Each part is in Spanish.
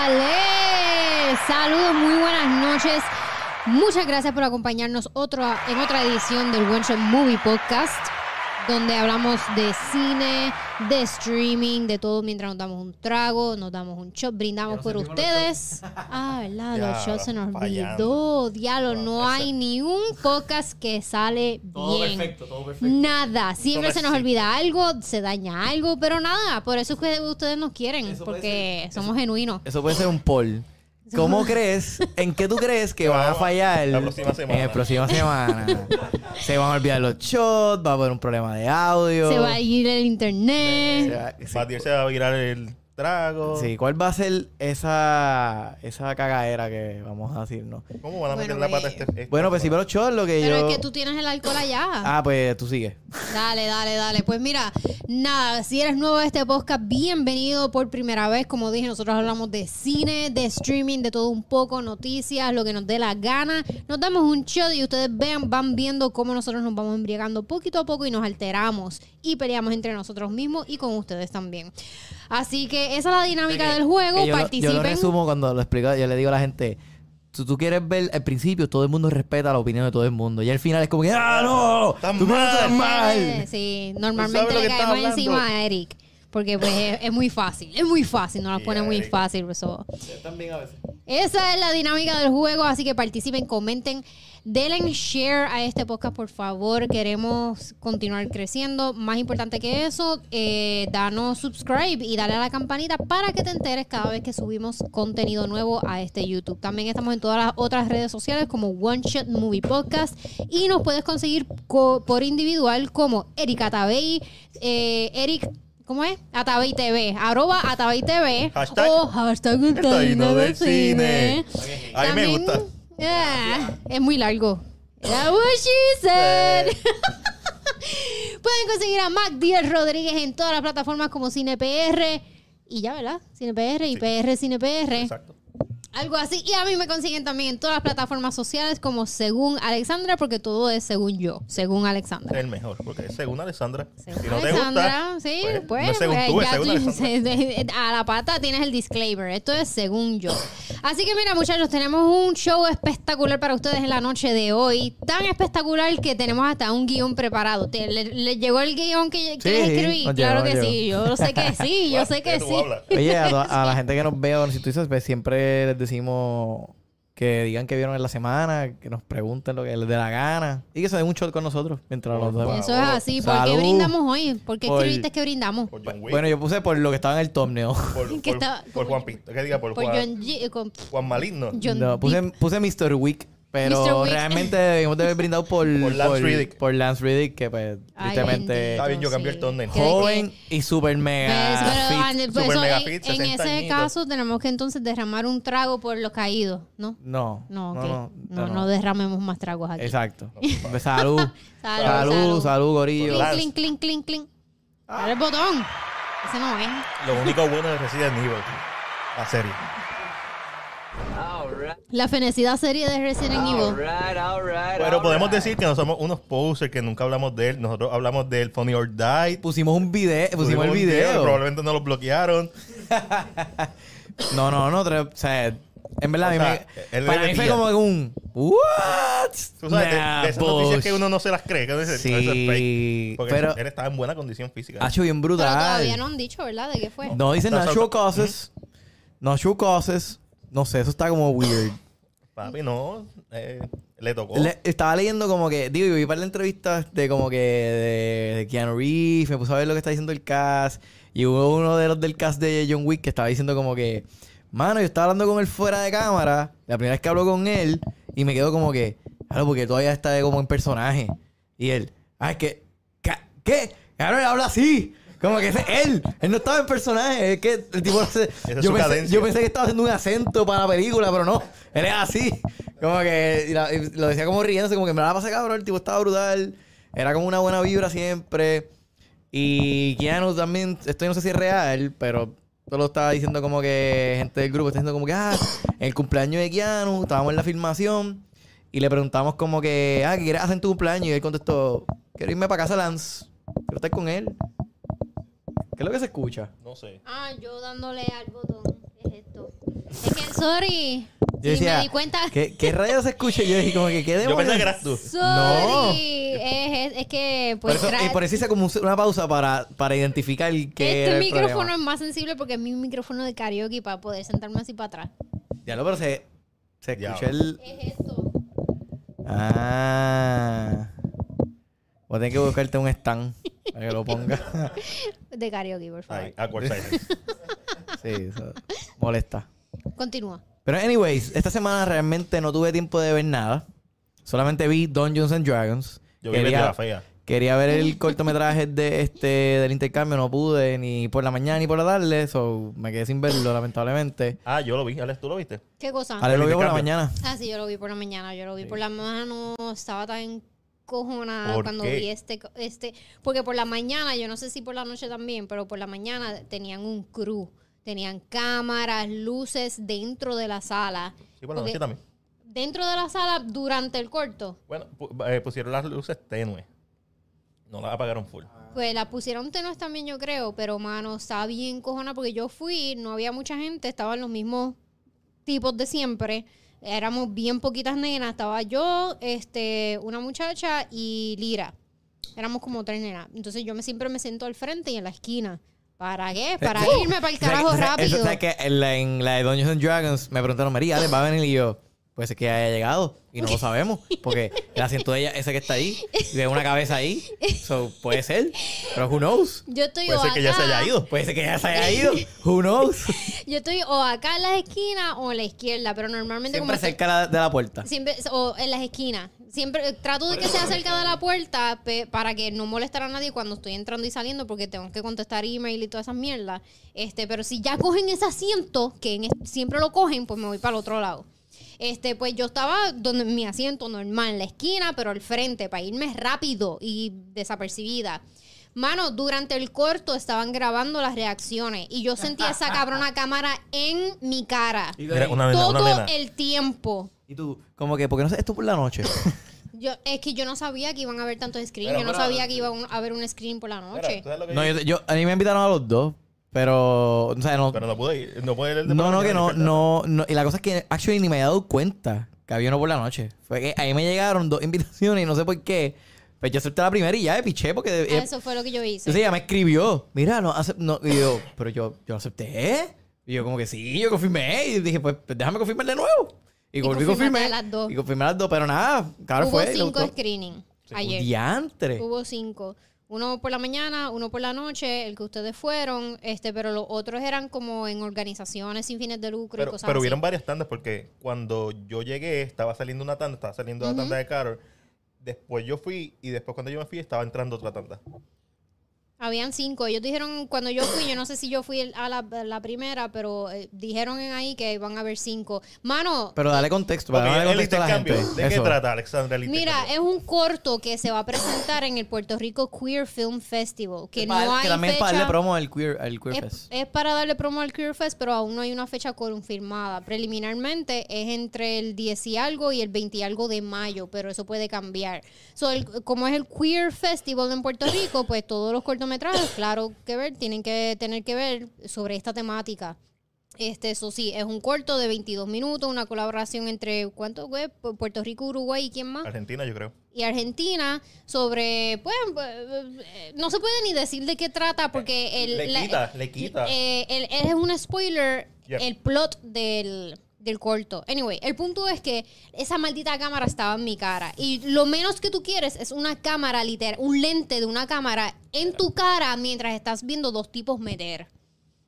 ¡Échale! Saludos, muy buenas noches. Muchas gracias por acompañarnos otra, en otra edición del Buen Show Movie Podcast, donde hablamos de cine, de streaming, de todo mientras nos damos un trago, nos damos un shot, brindamos Ya nos por servimos los ustedes. Ah, ¿verdad? los Ya, shots se nos fallando. olvidó. Diablo, no Wow, hay ese- ni un podcast que sale Todo bien. perfecto, todo perfecto. Nada, siempre Todo se nos existe. olvida algo, se daña algo, pero nada, por eso es que ustedes nos quieren, Eso puede porque ser. somos genuinos. Eso puede ser un poll. ¿Cómo crees? ¿En qué tú crees que van a fallar La próxima semana. en la próxima semana? Se van a olvidar los shots, va a haber un problema de audio. Se va a ir el internet. se va- Batir se va a virar el trago. sí. Sí, ¿cuál va a ser esa, esa cagadera que vamos a decir, no? ¿Cómo van a meter Bueno, la pata eh, este, este- Bueno, pues sí, pero los shots, lo que Pero yo... es que tú tienes el alcohol allá. Ah, pues tú sigues. Dale, dale, dale. Pues mira, nada, si eres nuevo a este podcast, bienvenido por primera vez. Como dije, nosotros hablamos de cine, de streaming, de todo un poco, noticias, lo que nos dé la gana. Nos damos un shot y ustedes vean, van viendo cómo nosotros nos vamos embriagando poquito a poco y nos alteramos y peleamos entre nosotros mismos y con ustedes también. Así que esa es la dinámica Que- del juego. que yo, lo- Participen. Yo lo resumo cuando lo explico, yo le digo a la gente, si tú quieres ver al principio, todo el mundo respeta la opinión de todo el mundo. Y al final es como que, ¡ah, no! Estás ¡Tú me mal". estás Eh, mal! Sí, Tú normalmente sabes lo le que estás caemos hablando. encima a Eric. Porque pues es, es muy fácil, es muy fácil, nos la Y pone a muy Eric. fácil. pues, so. También a veces. Esa es la dinámica del juego, así que participen, comenten, denle share a este podcast por favor. Queremos continuar creciendo. Más importante que eso, eh, danos subscribe y dale a la campanita para que te enteres cada vez que subimos contenido nuevo a este YouTube. También estamos en todas las otras redes sociales como One Shot Movie Podcast y nos puedes conseguir co- por individual como Eric Atabey, eh, Eric... ¿Cómo es? Atabey TV, arroba Atabey TV Hashtag- o hashtag Está lleno del del cine. cine. Ahí me ¿eh? También- gusta. Ah. Ah, es muy largo. That's what she said. Pueden conseguir a Mac Díaz Rodríguez en todas las plataformas como CinePR. Y ya, ¿verdad? CinePR y Sí. PR CinePR. Exacto. Algo así. Y a mí me consiguen también en todas las plataformas sociales como según Alexandra, porque todo es según yo, según Alexandra. El mejor, porque según Alessandra, Según si no te Alexandra, gusta, sí, pues, pues, no es según pues, tú, es ya según tú- Alessandra. a la pata tienes el disclaimer. Esto es según yo. Así que mira, muchachos, tenemos un show espectacular para ustedes en la noche de hoy. Tan espectacular que tenemos hasta un guión preparado. ¿Te- le, le llegó el guión que, que Sí, les escribí? nos claro llegó, que nos sí. llegó. Yo sé que sí, yo sé que tú sí. hablas? Oye, a, to- a la gente que nos ve o nos sintoniza, pues siempre les decimos que digan que vieron en la semana, que nos pregunten lo que les dé la gana y que se den un shot con nosotros mientras Por los vemos. Eso es así. ¿Por qué Salud. brindamos hoy? ¿Por qué Por- escribiste que brindamos? Por John Wick, Bueno, yo puse por lo que estaba en el thumbnail. por, que por- está- por Juan Pinto, que diga por, Por Juan, John, G- con Juan Maligno, John No, puse, puse Mr. Wick, pero Mr. Wick. realmente debimos de haber brindado por, Por Lance Reddick. por Lance Reddick, que pues, Ay, tristemente, Está bien, yo cambié sí. el thumbnail. Que- que- joven y super Pues, mega pero, fit. Andy, pues, Super eso, mega en, fit, en 60 ese añitos. caso tenemos que entonces derramar un trago por los caídos, ¿no? No, No, no, ok. no, no, no derramemos más tragos aquí. Exacto. Pues, Salud. Salud, salud, salud. salud, gorillo. Lance. Clink, clink, clink, clink. Dale el botón. Ese no es. lo único bueno de Resident Evil, la serie. La felicidad serie de Ah, Resident Evil. Pero podemos decir que no somos unos posers, que nunca hablamos de él, nosotros hablamos del Funny or Die, Pusimos un video, pusimos el un y video. Probablemente no lo bloquearon. No, no, no, tre- o sea, en verdad O a mí sea, me- él para mí fue repetía. como un what? Tú sabes, de- Nah, de, esas noticias bush. que uno no se las cree. Que uno dice, Sí, "No, eso es fake". Porque pero- él estaba en buena condición física. Hacho bien brutal. Pero todavía no han dicho, ¿verdad? ¿De qué fue? No dicen Está natural sorpre- causes. Natural causes. No sé, eso está como weird. Papi, no. eh, le tocó. Le- estaba leyendo como que, digo, y vi para la entrevista de como que de, de Keanu Reeves, me puse a ver lo que está diciendo el cast, y hubo uno de los del cast de John Wick que estaba diciendo como que, mano, yo estaba hablando con él fuera de cámara, la primera vez que hablo con él, y me quedo como que, claro, porque todavía está como en personaje. Y él, ah, es que, ca- ¿qué? Cabrón, él habla así. Como que ese es él, él no estaba en personaje, es que el tipo se- Esa es yo, su pensé, cadencia. yo pensé que estaba haciendo un acento para la película, pero no, él es así. Como que y la- y lo decía como riéndose, como que me la pasé cabrón, el tipo estaba brutal, era como una buena vibra siempre. Y Keanu también, esto yo no sé si es real, pero solo estaba diciendo como que gente del grupo está diciendo como que, ah, el cumpleaños de Keanu, estábamos en la filmación y le preguntamos como que, ah, ¿qué quieres hacer en tu cumpleaños? Y él contestó, quiero irme para casa Lance, quiero estar con él. ¿Qué es lo que se escucha? No sé. Ah, yo dándole al botón. sorry. Sí, Yo decía, me di cuenta. ¿qué, qué rayos escucha? Yo dije, como que qué Yo pensé demonios? que eras tú. Sorry. No. Es, es- es que, Por pues. eso, tra- y por eso hice como un- una pausa para, para identificar que este micrófono es más sensible porque es mi micrófono de karaoke para poder sentarme así para atrás. Ya lo, pero se, se Ya. escuchó el... Es esto. Ah. Voy a tener que buscarte un stand para que lo ponga. De karaoke, por favor. Ay, awkward silence. Sí, eso molesta. Continúa. Pero anyways, esta semana realmente no tuve tiempo de ver nada. Solamente vi Dungeons and Dragons. Yo vi la fea. Quería ver el cortometraje de este del intercambio, no pude ni por la mañana ni por la tarde, so me quedé sin verlo lamentablemente. Ah, yo lo vi. Alex, ¿tú lo viste? ¿Qué cosa? Ale lo vio por la intercambio. mañana. Ah, sí, yo lo vi por la mañana, yo lo vi por la mano, estaba tan cojonada ¿Por cuando qué? vi este, co- este, porque por la mañana, yo no sé si por la noche también, pero por la mañana tenían un crew, tenían cámaras, luces dentro de la sala. Sí, por la Porque noche también. Dentro de la sala durante el corto, Bueno, pu- eh, pusieron las luces tenues. No las apagaron full. pues la pusieron tenos también yo creo, pero mano, estaba bien cojonada porque yo fui, no había mucha gente, estaban los mismos tipos de siempre. Éramos bien poquitas nenas. Estaba yo, este, una muchacha y Lira. Éramos como tres nenas. Entonces yo me siempre me siento al frente y en la esquina. ¿Para qué? Para irme para el carajo Eh, oh, O sea, eso- rápido. o sea, que en la, en la de Dungeons and Dragons me preguntaron, María, Ale, ¿va a venir? Y yo, pues es que haya llegado y no lo sabemos, porque el asiento de ella, ese que está ahí, y veo una cabeza ahí, so puede ser, pero who knows. Yo estoy Puede o ser que ya se acá- haya ido. Puede ser que ya se haya ido, who knows. Yo estoy o acá en las esquinas o en la izquierda, pero normalmente como Siempre estoy- cerca la- de la puerta. Siempre, o en las esquinas. Siempre eh, trato de que sea cerca de la puerta pe- para que no molestar a nadie cuando estoy entrando y saliendo porque tengo que contestar email y todas esas mierdas. Este, pero si ya cogen ese asiento, que en es- siempre lo cogen, pues me voy para el otro lado. Este, pues yo estaba donde mi asiento normal, en la esquina, pero al frente, para irme rápido y desapercibida. Mano, durante el corto estaban grabando las reacciones y yo sentí esa cabrona cámara en mi cara. Mira, una nena, una Todo nena. el tiempo. Y tú, como que, ¿por qué no haces esto por la noche? Yo, es que yo no sabía que iban a haber tantos screens. Pero, yo no pero, sabía que iba a un- a haber un screen por la noche. Ah, Espera, ¿tú sabes lo que No, yo- yo, yo- a mí me invitaron a los dos, pero, o sea, no, Pero no pude ir. No pude ir el de por no, la no, que mañana, no, ¿verdad? no, no, y la cosa es que, actually, ni me había dado cuenta que había uno por la noche. Fue que ahí me llegaron dos invitaciones y no sé por qué, pues yo acepté la primera y ya, eh, piché, porque... eh, Ah, eso fue lo que yo hice. Entonces ella me escribió, mira, no, acep- no, y yo, pero yo, yo acepté. Y yo como que sí, yo confirmé. Y dije, pues, pues, déjame confirmar de nuevo. Y, volví y confirmé. confirmaste las dos. Y confirmé las dos, pero nada, claro Hubo fue. y lo- cinco lo- screening ayer. Un diantre. Hubo cinco. Uno por la mañana, uno por la noche, el que ustedes fueron, este, pero los otros eran como en organizaciones sin fines de lucro y Pero, cosas pero así. hubieron varias tandas porque cuando yo llegué estaba saliendo una tanda, estaba saliendo la tanda de Carol. Después yo fui y después cuando yo me fui estaba entrando otra tanda. Habían cinco. Ellos dijeron, cuando yo fui, yo no sé si yo fui el- a la, la primera, pero eh, dijeron en ahí que iban a haber cinco. Mano, Pero dale contexto, para Ok, darle el contexto a la gente. intercambio. ¿De qué Eso. trata, Alexandra? el Mira, intercambio? es un corto que se va a presentar en el Puerto Rico Queer Film Festival, que no Para- hay que también es fecha. para darle promo al Queer, al queer es, Fest. es para darle promo al Queer Fest, pero aún no hay una fecha confirmada. Preliminarmente es entre el 10 y algo y el 20 y algo de mayo, pero eso puede cambiar. So, el- como es el Queer Festival en Puerto Rico, pues todos los cortometrajes, claro que ver, tienen que tener que ver sobre esta temática. Este, eso sí, es un corto de 22 minutos, una colaboración entre, ¿cuánto, güey? Pu- Puerto Rico, Uruguay y quién más Argentina, yo creo. y Argentina sobre, pues, eh, no se puede ni decir de qué trata porque el, Eh, Le la- quita, le quita. eh, el- es un spoiler Yep. el plot del, del corto. Anyway, el punto es que esa maldita cámara estaba en mi cara y lo menos que tú quieres es una cámara literal, un lente de una cámara en tu cara mientras estás viendo dos tipos meter.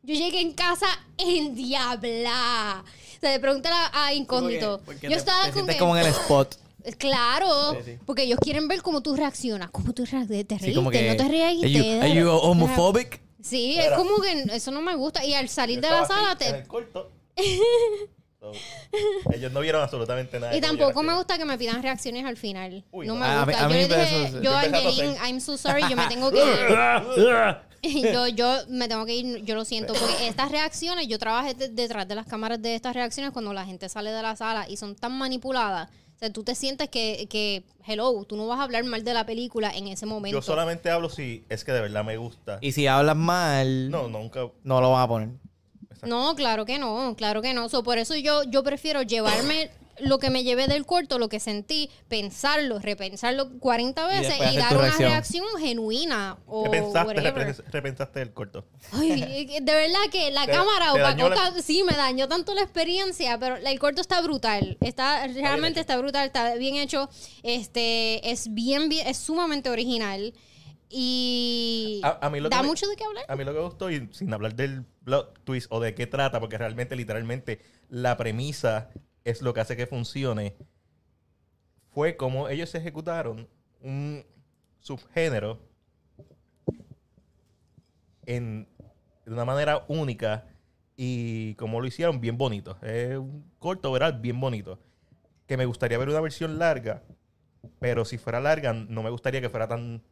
Yo llegué en casa en diabla. O sea, pregúntale a a ah, Incógnito. Porque Yo te- estaba te sientes que- como en el spot. eh, Claro, sí. porque ellos quieren ver cómo tú reaccionas, cómo tú reaccionas, te reíste, Sí, como que. no te reíste. Are you, are you homophobic? Sí, Espera. es como que eso no me gusta. Y al salir de la sala, En el te... corto. So, ellos no vieron absolutamente nada. y de cómo tampoco me yo nací. gusta que me pidan reacciones al final. Uy, no no. me Ah, A- a gusta. mí- a yo mí le me dije, parece- yo Yo empecé a Angelín, toser. I'm so sorry, yo me tengo que ir. yo, yo me tengo que ir, yo lo siento, porque estas reacciones, yo trabajé de- detrás de las cámaras de estas reacciones cuando la gente sale de la sala y son tan manipuladas. O sea, tú te sientes que, que, hello, tú no vas a hablar mal de la película en ese momento. Yo solamente hablo si es que de verdad me gusta. Y si hablas mal, No, nunca. no lo van a poner. Exacto. No, claro que no, claro que no. So, por eso yo, yo prefiero llevarme lo que me llevé del corto, lo que sentí, pensarlo, repensarlo 40 veces después y, hacer dar tu una reacción. reacción genuina o ¿Qué pensaste? Oh, whatever. Repens- Repensaste el corto. Ay, eh, de verdad que la Te- cámara te opacó dañó la- tan- sí me dañó tanto la experiencia, pero la- el corto está brutal, está realmente hecho. está brutal, está bien hecho, este es bien, bien- es sumamente original y A- a mí lo que da me- mucho de qué hablar. A mí lo que me gustó, y sin hablar del plot twist o de qué trata, porque realmente, literalmente, la premisa es lo que hace que funcione, fue como ellos ejecutaron un subgénero en, de una manera única y como lo hicieron, bien bonito. Es un corto, ¿verdad? Bien bonito. Que me gustaría ver una versión larga, pero si fuera larga, no me gustaría que fuera tan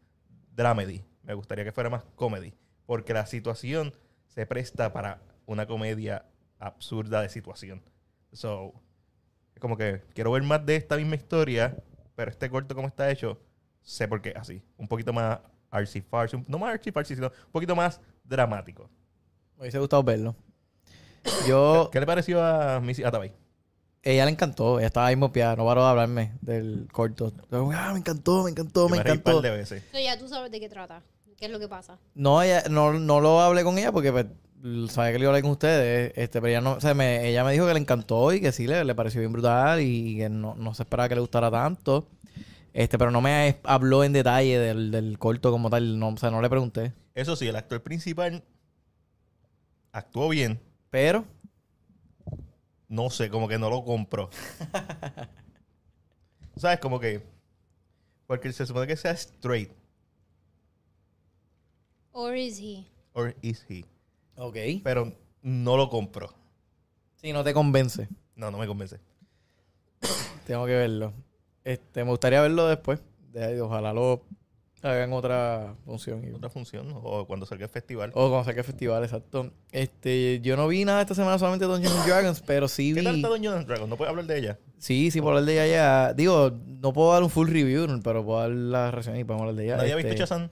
dramedy. Me gustaría que fuera más comedy. Porque la situación se presta para una comedia absurda de situación. So, es como que quiero ver más de esta misma historia, pero este corto como está hecho, sé por qué es así. Un poquito más artsy farsi, un- no más artsy farsi, sino un poquito más dramático. Me hubiese gustado verlo. Yo, ¿Qué le pareció a Missy Atabay? ella le encantó, ella estaba ahí mopeada, no paró de hablarme del corto. Yo, "Ah, me encantó, me encantó, me Yo reí un encantó. par de veces. So, ya tú sabes de qué trata, qué es lo que pasa. No, ella, no, no lo hablé con ella porque pues, sabía que le iba a hablar con ustedes. Este, pero ella no, o sea, me- ella me dijo que le encantó y que sí, le, le pareció bien brutal y que no, no se esperaba que le gustara tanto. Este, pero no me habló en detalle del, del corto como tal, no, o sea, no le pregunté. Eso sí, el actor principal actuó bien. Pero, no sé, como que no lo compro. ¿Sabes? Como que. Porque se supone que sea straight. Or is he? Or is he. ok. Pero no lo compro. Si no te convence, No, no me convence. tengo que verlo. Este, me gustaría verlo después. De ahí, ojalá lo hagan otra función. y- Otra función, ¿no? o cuando salga el festival. O cuando saque el festival, exacto. Este, yo no vi nada esta semana, solamente Dungeons and Dragons, pero sí vi. ¿Qué tal está Dungeons and Dragons? No puedes hablar de ella. Sí, sí, por hablar de ella ya. Digo, no puedo dar un full review, pero puedo dar la reseña y podemos hablar de ella. ¿Nadie ha Este, visto Chazan?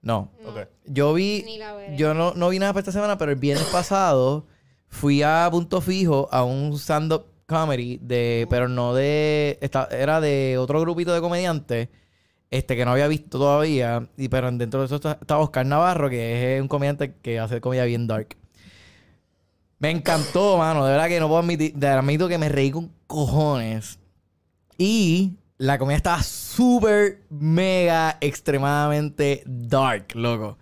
No. No. Ok. Yo vi. Ni la veré. Yo no, no vi nada para esta semana, pero el viernes pasado fui a Punto Fijo a un stand-up comedy de. Pero no de. esta- era de otro grupito de comediantes. Este que no había visto todavía. Y pero dentro de eso está, está Oscar Navarro, que es un comediante que hace comedia bien dark. Me encantó, mano. De verdad que no puedo admitir. De verdad, admito que me reí con cojones. Y la comida estaba súper, mega, extremadamente dark, loco.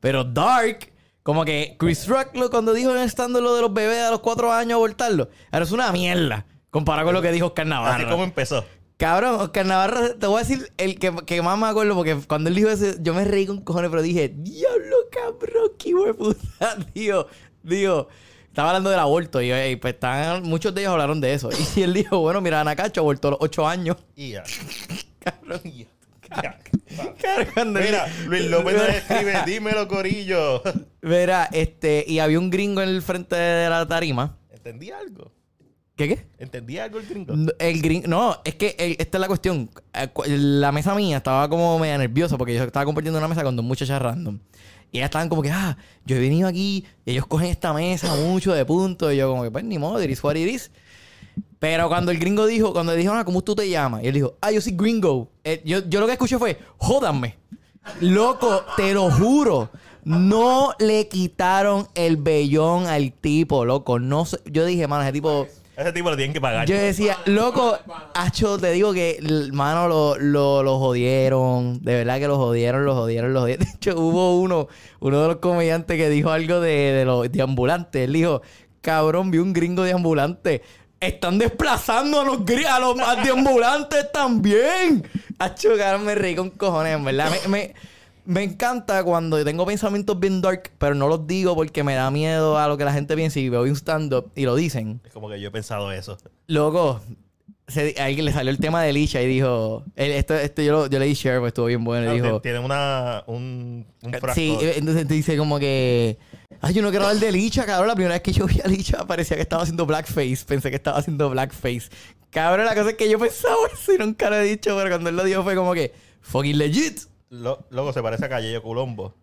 Pero dark, como que Chris Rock lo- cuando dijo en el stand lo de los bebés a los cuatro años abortarlo, ahora es una mierda comparado con lo que dijo Oscar Así Navarro. como empezó. Cabrón, Oscar Navarro, te voy a decir el que, que más me acuerdo, porque cuando él dijo eso, yo me reí con cojones, pero dije, diablo, cabrón, qué hijo de puta, tío, tío. Estaba hablando del aborto y, eh, pues estaban- muchos de ellos hablaron de eso. Y él dijo, bueno, mira, Ana Cacho abortó a los ocho años. Y ya. Cabrón, Y ya. Ya. Va. cabrón, cuando- Mira, Luis López nos escribe, dímelo, Corillo. Verá, este, y había un gringo en el frente de la tarima. ¿Entendí algo? ¿Qué qué? ¿Entendí algo el gringo? No, El gringo, no, es que el- esta es la cuestión. Eh, cu- La mesa mía estaba como media nerviosa porque yo estaba compartiendo una mesa con dos muchachas random. Y ellas estaban como que, ah, yo he venido aquí y ellos cogen esta mesa mucho de punto. Y yo como que, pues ni modo, iris what it is. Pero cuando el gringo dijo, cuando le dijeron, ah, ¿cómo tú te llamas? Y él dijo, ah, yo soy gringo. Eh, yo, yo lo que escuché fue, jódanme. Loco, te lo juro. No le quitaron el vellón al tipo, loco. No sé- Yo dije, mano, ese tipo... A ese tipo lo tienen que pagar. Yo decía, loco, Acho, te digo que, l- mano, lo, lo, lo jodieron. De verdad que lo jodieron, lo jodieron, lo jodieron. De hecho, hubo uno, uno de los comediantes que dijo algo de, de los de ambulantes. Él dijo, cabrón, vi un gringo de ambulante. Están desplazando a los, gri- a los a deambulantes también. Acho, cabrón, me reí con cojones, en verdad. Me, me, me encanta cuando tengo pensamientos bien dark, pero no los digo porque me da miedo a lo que la gente piensa y veo un stand-up y lo dicen. Es como que yo he pensado eso. Loco, se, a alguien le salió el tema de Lisha y dijo. él- esto, esto yo, lo- yo leí share, pues estuvo bien bueno. Ah, Y dijo. Tiene una, un, un frasco. Sí, eh, entonces te dice como que. Ay, yo no quiero hablar de Licha, cabrón. La primera vez que yo vi a Licha parecía que estaba haciendo blackface. Pensé que estaba haciendo blackface. Cabrón, la cosa es que yo pensaba eso y nunca lo he dicho, pero cuando él lo dijo fue como que. Fucking legit. Lo- Loco, se parece a Callello Colombo.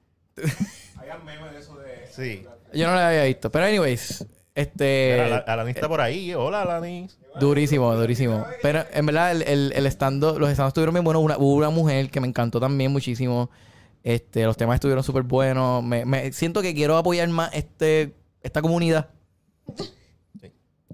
Hagan memes de eso de. Sí. Yo no la había visto. Pero, anyways, Este. Mira, Ala- Alanis está por ahí. Hola, Alanis. Durísimo, durísimo. Pero en verdad, el, el, el stand-up- los stand estuvieron bien buenos. Una, hubo una mujer que me encantó también muchísimo. Este, los temas estuvieron súper buenos. Me, me- siento que quiero apoyar más este, esta comunidad.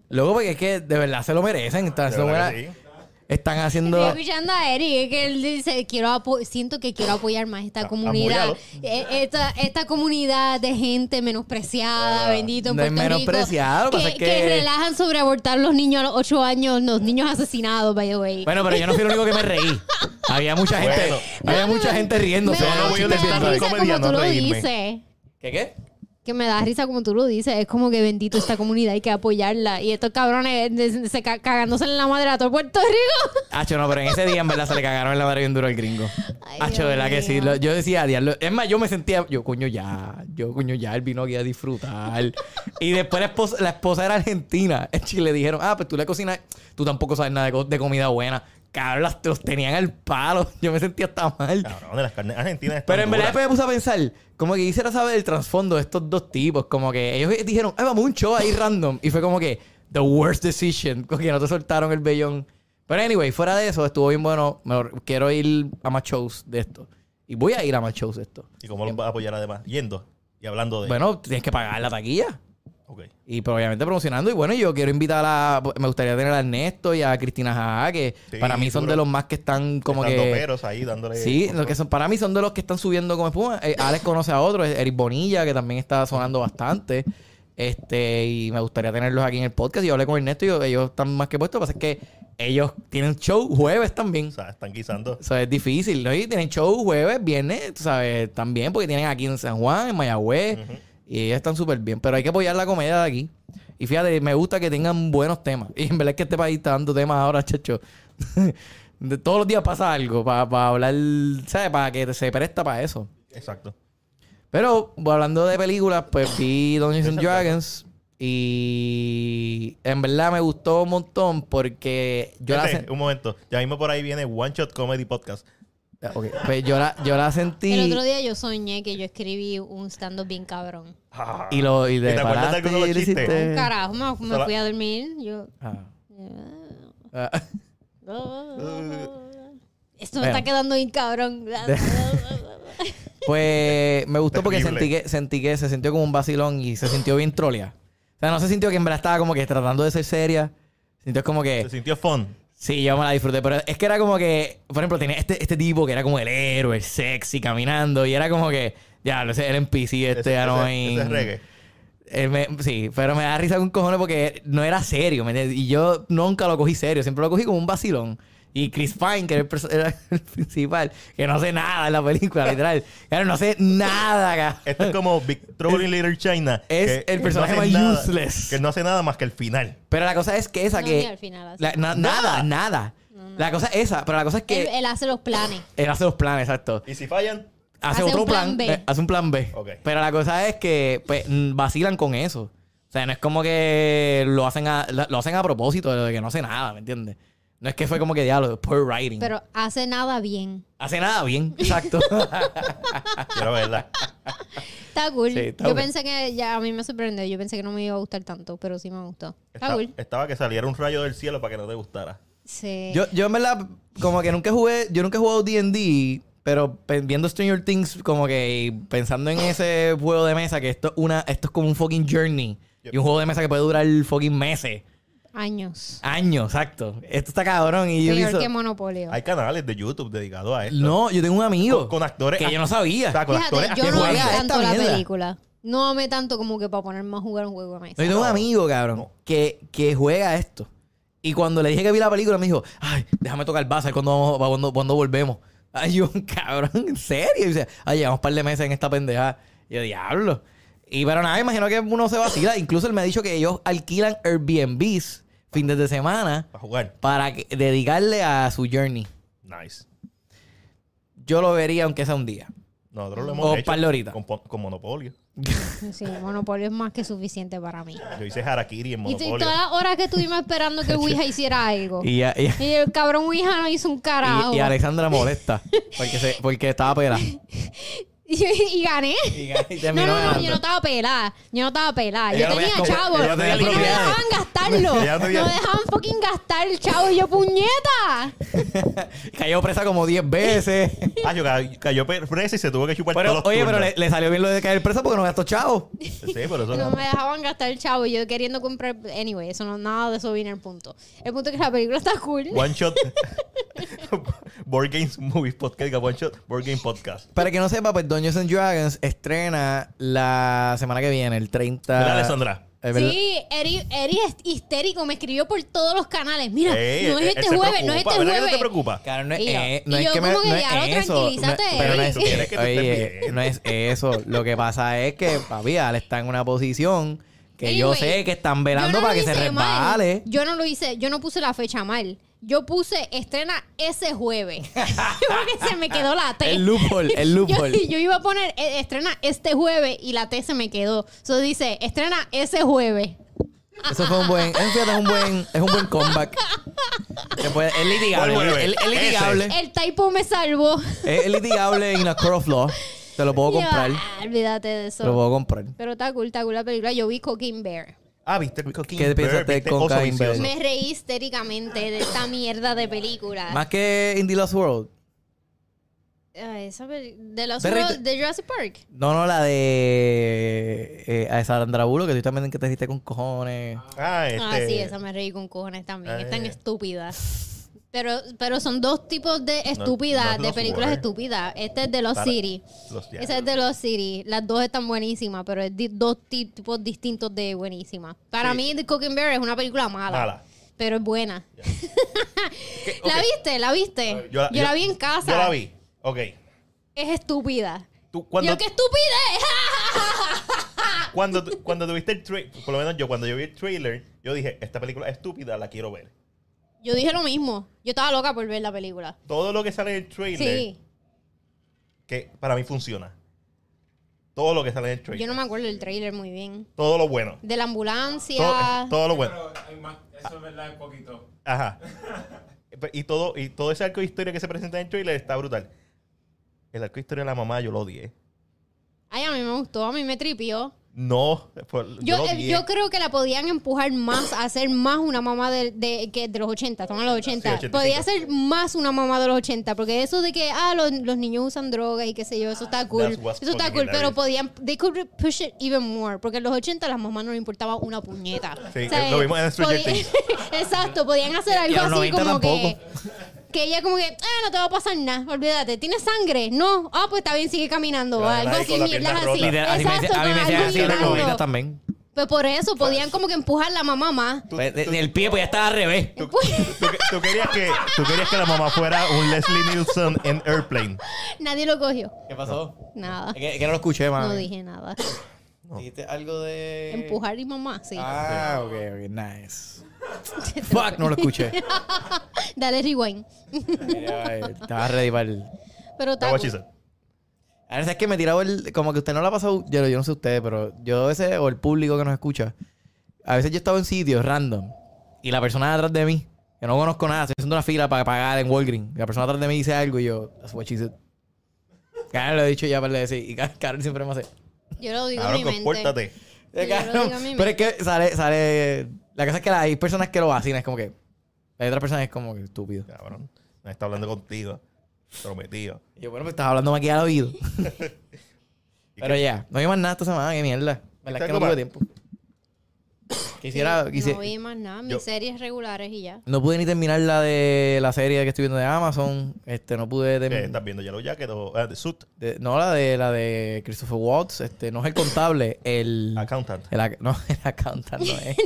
Luego, porque es que de verdad se lo merecen. Están, De se lo verdad que merecen. sí. Están Estoy haciendo. escuchando a Eric, es que él dice, quiero apo- siento que quiero apoyar más esta A- comunidad, apóyalo. Eh, esta, esta comunidad de gente menospreciada, bendito en no es Puerto Rico, menospreciado, que, pasa es que que- relajan sobre abortar los niños a los 8 años, los niños asesinados, by the way. Bueno, pero yo no fui el único que me reí. Había mucha gente. Bueno. Había No, mucha me- gente riéndose. Me no da, voy a me da intentar risa de como comedia, tú no lo reírme. dices. ¿Qué qué? Que me da risa como tú lo dices. Es como que bendito esta comunidad, hay que apoyarla. Y estos cabrones de- de- se ca- cagándose en la madre a todo Puerto Rico. Hacho, no, pero en ese día en verdad se le cagaron en la madre bien duro al gringo. Ay, Hacho, Dios de verdad que sí. mío. Lo- yo decía, diablo. Es más, yo me sentía, yo, coño, ya. Yo, coño, ya, él vino aquí a disfrutar. y después la esposa, la esposa era argentina. En Chile le dijeron, ah, pues tú le cocinas, tú tampoco sabes nada de, co- de comida buena. Cabrón, las- los tenían al palo. Yo me sentía hasta mal. Cabrón, de las carnes argentinas están Pero en verdad duras. después me puse a pensar, como que quisiera saber el trasfondo de estos dos tipos. Como que ellos dijeron, ay, vamos a un show ahí random. Y fue como que, the worst decision. Como que no te soltaron el vellón. Pero anyway, fuera de eso, estuvo bien bueno. Me lo- quiero ir a más shows de esto. Y voy a ir a más shows de esto. ¿Y cómo los vas a apoyar además? Yendo y hablando de... Bueno, tienes que pagar la taquilla. Ok. Y pero obviamente promocionando. Y bueno, yo quiero invitar a... Me gustaría tener a Ernesto y a Cristina Jaá, que Sí, para mí son duro. de los más que están como Estando que... peros ahí dándole... Sí, los que son, para mí son de los que están subiendo como espuma. Eh, Alex conoce a otro, Eric Bonilla, que también está sonando bastante. Este, y me gustaría tenerlos aquí en el podcast. Yo hablé con Ernesto y yo- ellos están más que puestos. Lo que pasa es que ellos tienen show jueves también. O sea, están guisando. O sea, es difícil, ¿no? Y tienen show jueves, viernes, tú sabes, también, porque tienen aquí en San Juan, en Mayagüez, y ellos están súper bien. Pero hay que apoyar la comedia de aquí. Y fíjate, me gusta que tengan buenos temas. Y en verdad es que este país está dando temas ahora, chacho. De- todos los días pasa algo para hablar, ¿sabes? Para que se presta para eso. Exacto. Pero bueno, hablando de películas, pues vi Dungeons and Dragons. Y en verdad me gustó un montón porque yo la, Gente, sen- Un momento. Ya mismo por ahí viene One Shot Comedy Podcast. Ok, pues yo la, yo la sentí. El otro día yo soñé que yo escribí un stand-up bien cabrón. Ah, Y lo y de te acuerdas de paraste alguno de los y lo chistes? hiciste. Un carajo, me, me Sola- fui a dormir. Yo. eh, Ah. Ah. Esto me Bueno. está quedando bien cabrón. Pues me gustó porque Terrible. sentí que, sentí que se sintió como un vacilón y se sintió bien trolia. O sea, no se sintió que en verdad estaba como que tratando de ser seria. Sintió como Se que sintió fun. sí, yo me la disfruté. Pero es que era como que, por ejemplo, tenía este, este tipo que era como el héroe, el sexy, caminando. Y era como que, ya, ese era en PC, este Ese- ese- annoying. ese es reggae. Eh, me- sí, pero me da risa con cojones porque no era serio, ¿me entiendes? Y yo nunca lo cogí serio, siempre lo cogí como un vacilón. Y Chris Pine, que era el, perso- era el principal, que no hace nada en la película, literal. Claro, no hace nada, cabrón. Esto Este es como Big Trouble in Little China. es el personaje hace más nada- useless. Que no hace nada más que el final. Pero la cosa es que esa No, ni que... al final hace. la- na- nada, nada. La cosa es esa, pero la cosa es que... él, él hace los planes. él hace los planes, exacto. Y si fallan, hace, Hace otro un plan plan, B. eh, hace un plan B. Ok. Pero la cosa es que pues, mm, vacilan con eso. O sea, no es como que lo hacen a, la- lo hacen a propósito de que no hace nada, ¿me entiendes? No es que fue como que diablo, poor writing. Pero hace nada bien. Hace nada bien, exacto. quiero verla. Está cool. Sí, está yo bueno. pensé que ya a mí me sorprendió. Yo pensé que no me iba a gustar tanto, pero sí me gustó. Está Esta- cool. estaba que saliera un rayo del cielo para que no te gustara. Sí. yo, yo en verdad, como que nunca jugué, yo nunca he jugado D&D, pero pe- viendo Stranger Things, como que y pensando en ese juego de mesa, que esto, es una, esto es como un fucking journey. Y un juego de mesa que puede durar fucking meses, Años. años, exacto. Esto está cabrón y yo Peor pienso- que Monopolio. Hay canales de YouTube dedicados a esto. No, yo tengo un amigo. Con- con actores- ah, Que yo no O sabía. sea, con Fíjate, actores yo que no amé juegan a tanto esta la mierda. película. No amé tanto como que para ponerme a jugar un juego de mesa. Yo tengo un amigo, cabrón, No. que, que juega esto. Y cuando le dije que vi la película, me dijo, ay, déjame tocar base cuando, vamos, pa- cuando, cuando volvemos. Ay, yo, cabrón, ¿en serio? Y dice, ay, llevamos un par de meses en esta pendeja. Y yo, diablo. Y pero nada, imagino que uno se vacila. Incluso él me ha dicho que ellos alquilan Airbnbs fines de semana para jugar. para que- dedicarle a su journey. Nice. Yo lo vería aunque sea un día. Nosotros lo hemos O hecho par de horitas. Con, pon- con Monopolio. Sí, Monopolio es más que suficiente para mí. Yo hice Harakiri en Y t- y Monopolio. todas las horas que estuvimos esperando que Ouija hiciera algo. Y Y, ya- y- el cabrón Ouija no hizo un carajo. Y, y Alexandra molesta porque, se- porque estaba pera. y gané. Y No, terminó no, no, ganando. yo no estaba pelada. Yo no estaba pelada. Ella Yo no tenía tenía- chavos. ella Y no no me tenía propiedades. dejaban gastarlo. Ella no No me tenía- dejaban fucking gastar el chavo. Y yo, puñeta. Cayó presa como 10 veces. Ah, yo ca- cayó pre- presa y se tuvo que chupar Pero, todos los oye, pero turnos. le, le salió bien lo de caer presa porque no gastó chavo. Sí, pero eso... No me dejaban gastar el chavo. y Yo queriendo comprar. Anyway, eso no, nada de eso viene el punto. El punto es que la película está cool. One Shot... Board Games Movies Podcast. One Shot Board Game Podcast. Para el que no sepa, pues Dungeons and Dragons estrena la semana que viene, el 30. ¿Verdad, Alessandra? Es verdad. Sí, Eri, Eri es histérico, me escribió por todos los canales. Mira, Eh, Ey, no es él- este él se jueves, no es preocupa, este ¿verdad que jueves. no te preocupa? Claro, no es, Y yo- eh, no y es yo que me, como que no ya, es lo eso. No, tranquilízate, pero no ey. es, Tú quieres que tú estés oye, bien. no es eso. Lo que pasa es que, papi, Ale está en una posición que yo Anyway, sé que están Yo velando no para lo que se hice mal. resbale. Yo no lo hice, yo no puse la fecha mal. Yo puse estrena ese jueves. Porque se me quedó la T. El loophole, el Yo- loophole. Yo, iba a poner eh, estrena este jueves y la T se me quedó. So dice, estrena ese jueves. Eso fue un buen, eh, fíjate, es un buen, es un buen comeback. Se puede- es litigable, Vuelve, es, vuelve. es litigable, El typo me salvó. es, litigable en la Court of Law. Te lo puedo Y yo, comprar, ah, olvídate de te lo eso. puedo comprar. Pero está cool, está cool la película. Yo vi Cooking Bear. Ah, viste el Cocaine ¿Qué Bear, pensaste viste con Oso Cocaine Bear? Vicioso. Me reí histéricamente de esta mierda de película. Más que Indie Lost World. Ah, esa peli- de los Berry, World- tú- de Jurassic Park. No, no, la de eh, a Sandra Bullock, que tú también que te viste con cojones. Ah, este... Ah, sí, esa me reí con cojones también. eh. Es tan estúpida. Pero, pero son dos tipos de estúpidas, no de los películas Warren. estúpidas. Este es de los Para- City. Los diablos. Esa es de los City. Las dos están buenísimas, pero es di- dos ti- tipos distintos de buenísimas. Para Sí. mí, The Cooking Bear es una película mala. Mala. Pero es buena. ¿La ok. viste? ¿La viste? Yo la, vi en casa. Yo la vi. Ok. Es estúpida. Tú, cuando, Yo, qué estúpida cuando, tu- cuando tuviste el trailer, por lo menos yo, cuando yo vi el trailer, yo dije, esta película es estúpida, la quiero ver. Yo dije lo mismo. Yo estaba loca por ver la película. Todo lo que sale en el trailer, Sí. que para mí funciona. Todo lo que sale en el Yo trailer. no me acuerdo del trailer muy bien. Todo lo bueno. De la ambulancia. Todo, todo lo bueno. Pero hay más, eso es verdad, un poquito. Ajá. Y todo, y todo ese arco de historia que se presenta en el trailer está brutal. El arco de historia de la mamá yo lo odié. Ay, a mí me gustó, a mí me tripió. No, por- yo, Yo, lo eh, odié. yo creo que la podían empujar más a ser más una mamá de, de- que de los 80, estamos en los 80. Sí, 85. Podía ser más una mamá de los 80, porque eso de que ah, los, los niños usan drogas y qué sé yo, eso está cool. That was Eso está Ah, fucking cool, pero hilarious. podían, they could push it even more, porque en los 80 a las mamás no les importaba una puñeta. Sí, eh, lo vimos en Stranger podía- Things. Exacto, podían hacer Y algo a los así 90 como que. tampoco. Que ella como que, ah, no te va a pasar nada, olvídate. ¿Tienes sangre? No. Ah, pues está bien, sigue caminando. Claro, algo nadie así, con la mierdas pierna así. rota. Literal, así me Exacto, decían- a mí me con decían algo así en las girando. novelas también. Pues por eso, podían como que empujar la mamá más. Pues, de- del pie, pues ya estaba al revés. Tú, tú- tú querías que, tú querías que la mamá fuera un Leslie Nielsen en Airplane. Nadie lo cogió. ¿Qué pasó? Nada. Es que, es que no lo escuché, man. No dije nada. Dijiste algo de. Empujar y mamá, sí. eh. Ah, ok, ok, nice. Fuck, no lo escuché. Dale rewind. Estaba ready para el. Pero está That's what she cool. said. A veces es que me he tirado el. Como que usted no la ha pasado. Yo, yo no sé ustedes, pero yo a veces, o el público que nos escucha, a veces yo estaba en sitios random y la persona atrás de mí, que no conozco nada, estoy haciendo una fila para pagar en Walgreens, y la persona atrás de mí dice algo y yo, that's what she said. Karen lo he dicho ya para decir, y Karen- Karen siempre me hace. Yo lo digo en Ahora mi mente. compórtate. Yo Claro, lo digo en mi pero es que sale, sale. La cosa es que la- hay personas que lo vacilan, es como que. Hay otras personas que es como que estúpido. Cabrón. No está hablando contigo. Prometido. Y yo, bueno, me estás hablando aquí al oído. pero ya, no hay más nada esta semana, qué mierda. ¿Verdad ¿Viste que no algo tuve más? tiempo? Quisiera. Sí, quisi- No vi más nada. Mis Yo- series regulares y ya. no pude ni terminar la de la serie que estoy viendo de Amazon. Este, no pude Eh, terminar. ¿Estás viendo Yellow Jacket o ah, The Suit? no, la de la de Christopher Watts, este, no es el contable, el. Accountant. el ac- no, el accountant no es.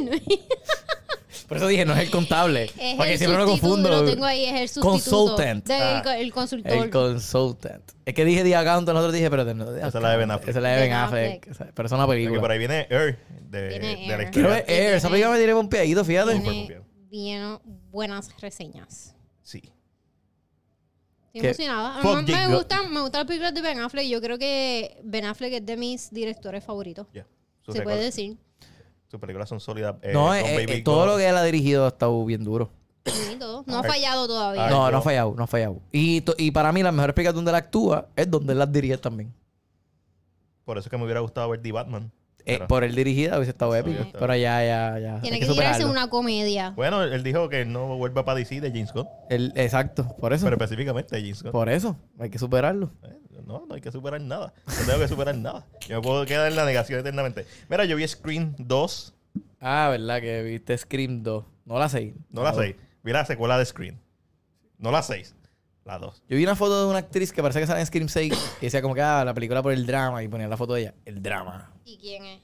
Por eso dije, no es el contable. Es porque el siempre lo sustituto, confundo. Lo tengo ahí, es el sustituto. Consultant. De- Ah. el, el consultor. El consultant. Es que dije The Accountant, nosotros dije, pero no, The Esa es la de Accountant. Ben Affleck. Esa es la de Ben Ben Affleck. Affleck. Esa- Pero es una Porque por película. ahí viene Air de, Viene de la Air. Quiero historia. ver Air. eh, Esa película me tiene un piadito, fíjate. Tiene bien buenas reseñas. Sí. Estoy ¿Qué? emocionada. Fuck Además, Jake me Lo- gustan, me gustan las películas de Ben Affleck. Yo creo que Ben Affleck es de mis directores favoritos. ya. Sus Se puede recuerdos- decir. Sus películas son sólidas. eh, No, Gone eh, eh, Baby, todo Gone. lo que él ha dirigido ha estado bien duro. Sí, todo. No ha Ay. fallado todavía. Ay, no, yo- no ha fallado, no ha fallado. Y, to- y para mí, las mejores películas donde él actúa es donde él las dirige también. Por eso es que me hubiera gustado ver The Batman. Eh, Pero- por él dirigida hubiese estado épico. está. Pero ya, ya, ya. Tiene hay que, superarlo. tirarse una comedia. Bueno, él dijo que no vuelva para DC de James Gunn. El- exacto, por eso. Pero específicamente de James Gunn. por eso, hay que superarlo. Eh, No, no hay que superar nada. No tengo que superar nada. Yo me puedo quedar en la negación eternamente. Mira, yo vi Scream 2, Ah, ¿verdad? Que viste Scream 2. No la 6. no la 6. Vi la secuela de Scream. No la 6, la 2. Yo vi una foto de una actriz que parecía que sale en Scream 6 y decía como que ah, la película por el drama y ponía la foto de ella. El drama. ¿Y quién es?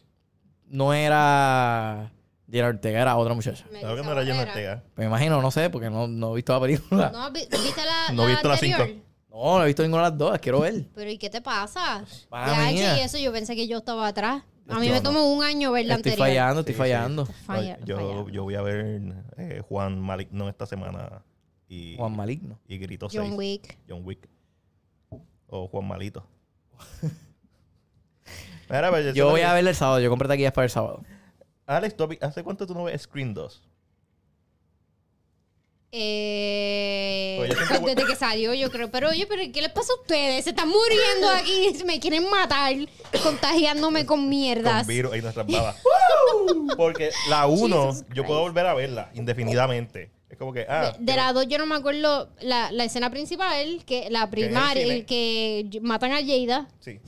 No era Jenna Ortega, era otra muchacha. Me Claro que no pensaba era Jenna que era. Ortega. Me imagino, no sé, porque no, no he visto la película. No, No, vi- ¿viste la, No he la visto la anterior? cinco. no, he visto ninguna de las dos, las quiero ver. Pero ¿y qué te pasa? Mala Ya, che, mía. y eso yo pensé que yo estaba atrás. A mí Ah, Yo me no. tomó un año ver la Estoy anterior. fallando, estoy Sí, sí. fallando. Falla- No, yo, fallando. yo voy a ver eh, Juan Maligno esta semana y, Juan Maligno. y Grito 6. John Wick. John Wick. O Juan Malito. Mira, pues, eso Yo voy es- a verla el sábado, yo compré taquillas para el sábado. Alex, ¿tú has vi- ¿hace cuánto tú no ves Scream 2? Eh, Oye, siempre voy- desde que salió, yo creo. Pero oye, pero ¿qué les pasa a ustedes? Se están muriendo aquí, se me quieren matar, contagiándome con mierdas. Con virus y nuestras babas. Porque la 1 Jesus yo puedo volver a verla indefinidamente. Es como que, ah, De, de la dos yo no me acuerdo la, la escena principal, que la es el primaria, cine. el que y- matan a Jada. sí.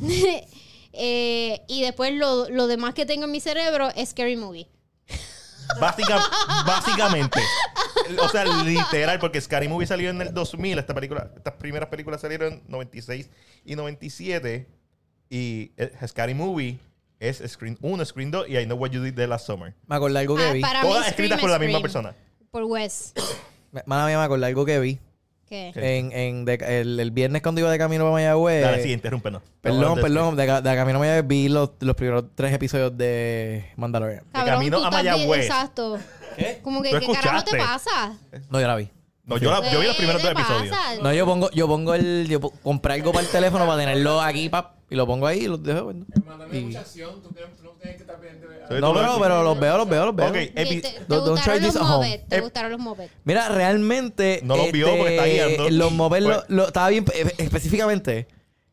Eh, y después lo, lo demás que tengo en mi cerebro es Scary Movie. Básica- básicamente. O sea, literal, porque Scary Movie salió en el 2000. Esta película, estas primeras películas salieron en 96 y 97. Y eh, Scary Movie es Screen 1, Screen 2 y I Know What You Did The Last Summer. Me acordé algo que Ah, vi. para mí Todas Scream escritas es por la misma Scream. persona. Por Wes. Me- Mala mía, me acordé algo que vi. ¿Qué? Sí. En, en de- el, el viernes cuando iba de camino a Mayagüez. Dale, sí, interrúmpenos. Eh, Perdón, perdón, de, ca- de camino a Mayagüez vi los, los primeros tres episodios de Mandalorian. Cabrón, camino tú a estás bien- Mayagüez. Exacto. Como que, ¿Tú ¿qué carajo te escuchaste? pasa? No, yo la vi. No, yo, la- yo vi los Eh, ¿Qué primeros te dos episodios. pasa? No, yo pongo, yo pongo el, yo po- compré algo para el teléfono para tenerlo aquí, pap, y lo pongo ahí y los dejo. bueno. Hermano, no Y- hay mucha acción, tú tienes- tú no tienes que estar pendiente de- Sí. No, pero, pero los veo, los veo, los veo. Ok, ¿Te, epi- te- te Don't- don't try gustaron los this at home. mopeds? ¿Te Ep- gustaron los mopeds? Mira, realmente. Eh, este, No los vio porque está guiando. Los mover, Pues- lo, lo- estaba bien, eh, específicamente,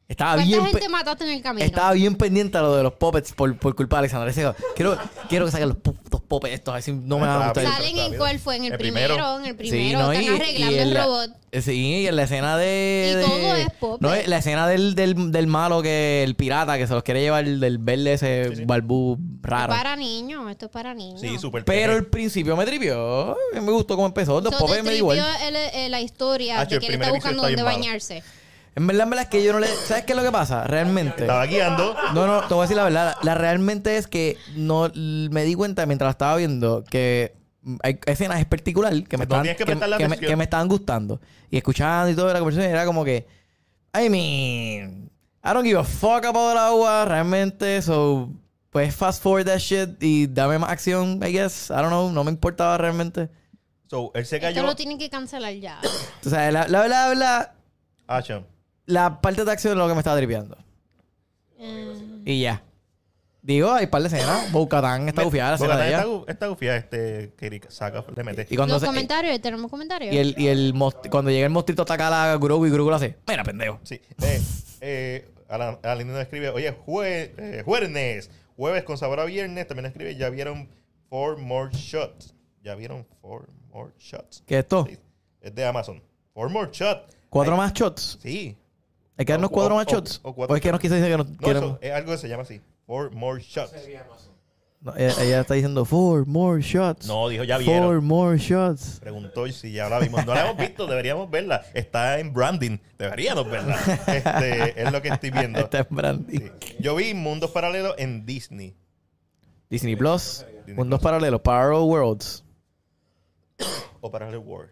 estaba ¿Cuánta bien. gente pe- mataste en el camino? Estaba bien pendiente a lo de los puppets por, por culpa de Alexander. Ese dijo, Quiero, quiero que saquen los putos puppets estos, así no me van a gustar. ¿Salen en cuál fue? ¿En el, El primero? primero. ¿En el primero? Sí, no, y- Están y arreglando en el la- robot. eh, Sí, y en la escena de. Y todo de- es puppet. No, eh, la escena del, del, del malo que el pirata que se los quiere llevar del verde ese barbú raro. Para niños, esto es para niños. Sí, súper Pero el principio me tripió. Me gustó cómo empezó. Los So, popes te me dio igual. tripió el- el- la historia Ah, de el que él está primer buscando episodio dónde está bien malo. bañarse. En verdad, en verdad es que yo no le. ¿Sabes qué es lo que pasa? Realmente. Estaba guiando. No, no, te voy a decir la verdad. La realmente es que no l- me di cuenta mientras la estaba viendo que mm, hay escenas en particular que me, No estaban, tienes que que, prestarle que me, atención. que me estaban gustando. Y escuchando y toda la conversación era como que... I mean... I don't give a fuck about el agua, realmente. So, pues fast forward that shit y dame más acción, I guess. I don't know, no me importaba realmente. So, él se Esto cayó. lo tienen que cancelar ya. O sea, la, la, la, la, Ah, chum. la parte de acción es lo que me estaba tripeando. Eh, Y ya. Digo, hay par de escenas. Bocatán está gufiada, la escena Bogotá de está, ella. gu- está gufiada este que saca, le mete. Y cuando los se, comentarios, este tenemos comentarios. y el, eh, y el most- cuando llega el mostrito ataca a la Grogu y Grogu lo hace. Mira, pendejo. Sí. Eh, eh, Alan, Alan nos escribe, oye, jue- eh, jueves, jueves con sabor a viernes. También nos escribe, ya vieron Four More Shots. Ya vieron Four More Shots. ¿Qué es esto? Sí. Es de Amazon. Four More Shots. ¿Cuatro más shots? Sí. ¿Hay que darnos O- cuatro o- más o- shots? o O, cuatro es que nos quise decir que nos No, queremos. eso es algo que se llama así. Four More Shots. Sería Amazon. No, ella, ella está diciendo four more shots. No, dijo, ya Four vieron. more shots. Preguntó si ya la vimos. No la hemos visto, deberíamos verla. Está en branding, deberíamos verla. Este, es lo que estoy viendo. Está en Brandy. Sí. Yo vi Mundos Paralelos en Disney. Disney Plus. Disney Mundos paralelos. Parallel Worlds. o Parallel World.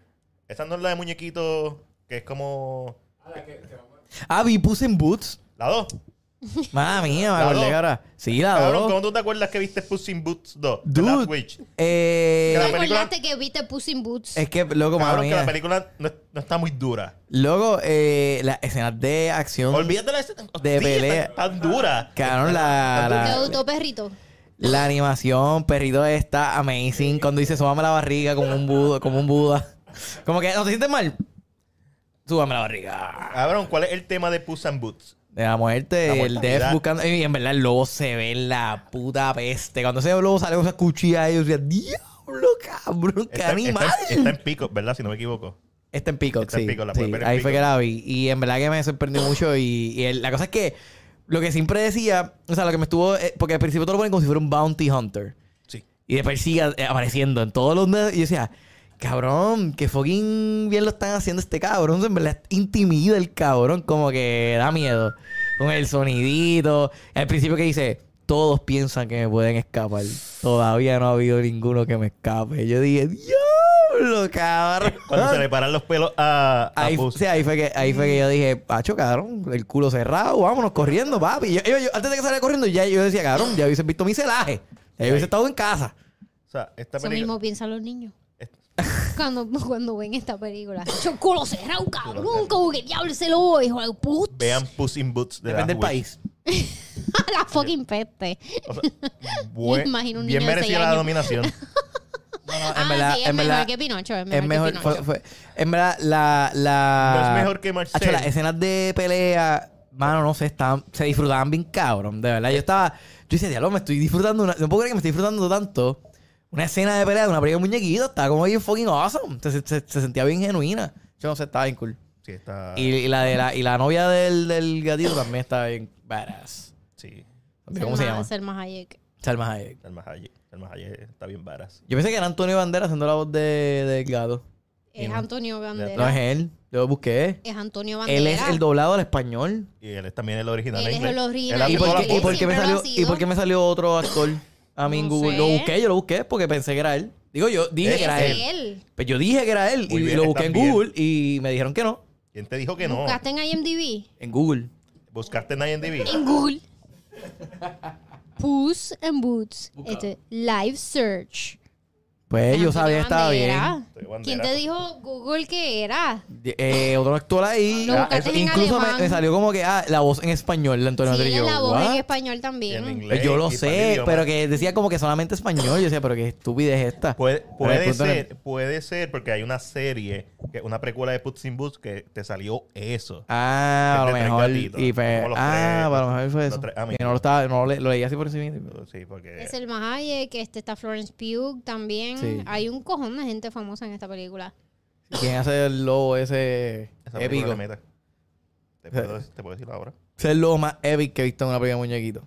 Esa no es la de muñequitos que es como Ah, la que- que vamos a- Ah, vi Puss in Boots. la 2. Madre mía, me La acordé dos. que ahora. Sí, la Cabrón, dos. ¿cómo tú te acuerdas que viste Puss in Boots 2? The Dude. Last Witch. Eh, ¿Te la película- acordaste que viste Puss in Boots? es que, loco, madre Cabrón, que la mía. película no, no está muy dura. Loco, eh, las escenas de acción. Olvídate la escena. De pelea. Ah, está Tan dura. Cabrón, la- Tan dura. ¿Te la- gustó, perrito? La animación, perrito, está amazing. Cuando dice, súbame la barriga como un Buda. Como un Buda. Como que, ¿no te sientes mal? Súbame la barriga. Cabrón, ¿cuál es el tema de Puss in Boots? De la muerte, La el mortalidad. Def buscando. Y en verdad, el lobo se ve en la puta peste. Cuando ese lobo sale con esa cuchilla ahí, yo decía, diablo, cabrón, qué Está, animal. está- está en pico, ¿verdad? Si no me equivoco. Está en Peacock, Está en sí. Peacock, la sí, puedes ver en ahí fue Peacock. que la vi. Y en verdad que me sorprendió mucho. Y, y el- la cosa es que lo que siempre decía, o sea, lo que me estuvo. eh, porque al principio te lo ponen como si fuera un bounty hunter. Sí. Y después sigue eh, apareciendo en todos los. ne- Y yo decía, cabrón, que fucking bien lo están haciendo este cabrón. En verdad, intimida el cabrón, como que da miedo. Con el sonidito. Al principio que dice, todos piensan que me pueden escapar. Todavía no ha habido ninguno que me escape. Yo dije, diablo, cabrón. Eh, Cuando se le paran los pelos a, a Ah. Ahí, Puss. sí, ahí fue que, ahí fue que yo dije, pacho, cabrón, el culo cerrado, vámonos corriendo, papi. Yo- yo- yo- antes de que saliera corriendo, ya yo decía, cabrón, ya hubiese visto mi celaje. Ya yo hubiese estado en casa. O sea, esta Eso película. mismo piensan los niños. Este- Cuando, cuando ven esta película. Yo culo cerrado, cabrón. cerrado. Como que diablo se lo voy, hijo de puta. Vean Puss in Boots de Depende del la Wish. país. la fucking peste. O sea, buen- Imagino un bien niño de seis merecida la años. nominación. No, no, en Ah, verdad, sí, es en mejor verdad. que Pinocho. Es mejor, Es mejor, que fue- Pinocho. fue- en verdad, la, la. No es mejor que Marcel. Hacho, las escenas de pelea, mano, no sé, estaban, se disfrutaban bien cabrón. De verdad, yo estaba. Yo decía, diablo, me estoy disfrutando. una- no puedo creer que me estoy disfrutando tanto. Una escena de pelea de una pelea de muñequito. Estaba como bien fucking awesome. Se, se- se- se sentía bien genuina. Yo no sé, estaba bien cool. Sí, está. Y, y la de la, y la novia del, del gatito también estaba bien badass. Sí, ¿Cómo se llama? Selma Hayek. Salma Hayek. Salma Hayek. Salma Hayek está bien varas. Yo pensé que era Antonio Banderas haciendo la voz de, del gato. Es no. Antonio Banderas. No es él. Yo lo busqué. Es Antonio Banderas. Él es el doblado al español. Y él es también el original. Él es en inglés. el original. Él hace ¿Y por, todas Nicola qué, las y Cage. voces. por qué me Siempre lo salió, ha sido. ¿Y por qué me salió otro actor a mí en No Google? sé. Lo busqué, yo lo busqué porque pensé que era él. Digo, yo dije Es que era él. él. Pues yo dije que era él y Muy bien, lo busqué en estás bien. Google y me dijeron que no. ¿Quién te dijo que no? Buscaste en IMDb. En Google. Buscaste en IMDb. En Google. Puss and Boots. Este, live search. Pues yo sabía que Antonio estaba bien. Banderas. Estoy ¿Quién te bandera. dijo Google que era? Eh, otro actor ahí. Lo Ah, buscaste en incluso me, alemán. me salió como que ah, la voz en español de Antonio Sí, Banderas. él es la Yo, voz en "What?". Pues español Y en también. inglés. Yo y lo par de sé, idiomas. pero que decía como que solamente español. Yo decía, pero qué estupidez es esta. Puede, puede Pero el punto no- ser, puede ser, porque hay una serie, que- una precuela de Puts in Boots que te salió eso. Es Ah, a lo de Este, tres mejor. gatitos, Y pues, como los ah, tres- a lo mejor fue los eso. tres- ah, Y mira. no lo estaba, no le- lo leí así por encima. Sí, porque. Es el Hayek, este está Florence Pugh también. Sí. Hay un cojón de gente famosa en esta película. ¿Quién hace el lobo ese esa épico? película le mete. ¿Te Eh, puedo, te puedo decir ahora. Ese es el lobo más épico que he visto en una película de muñequito.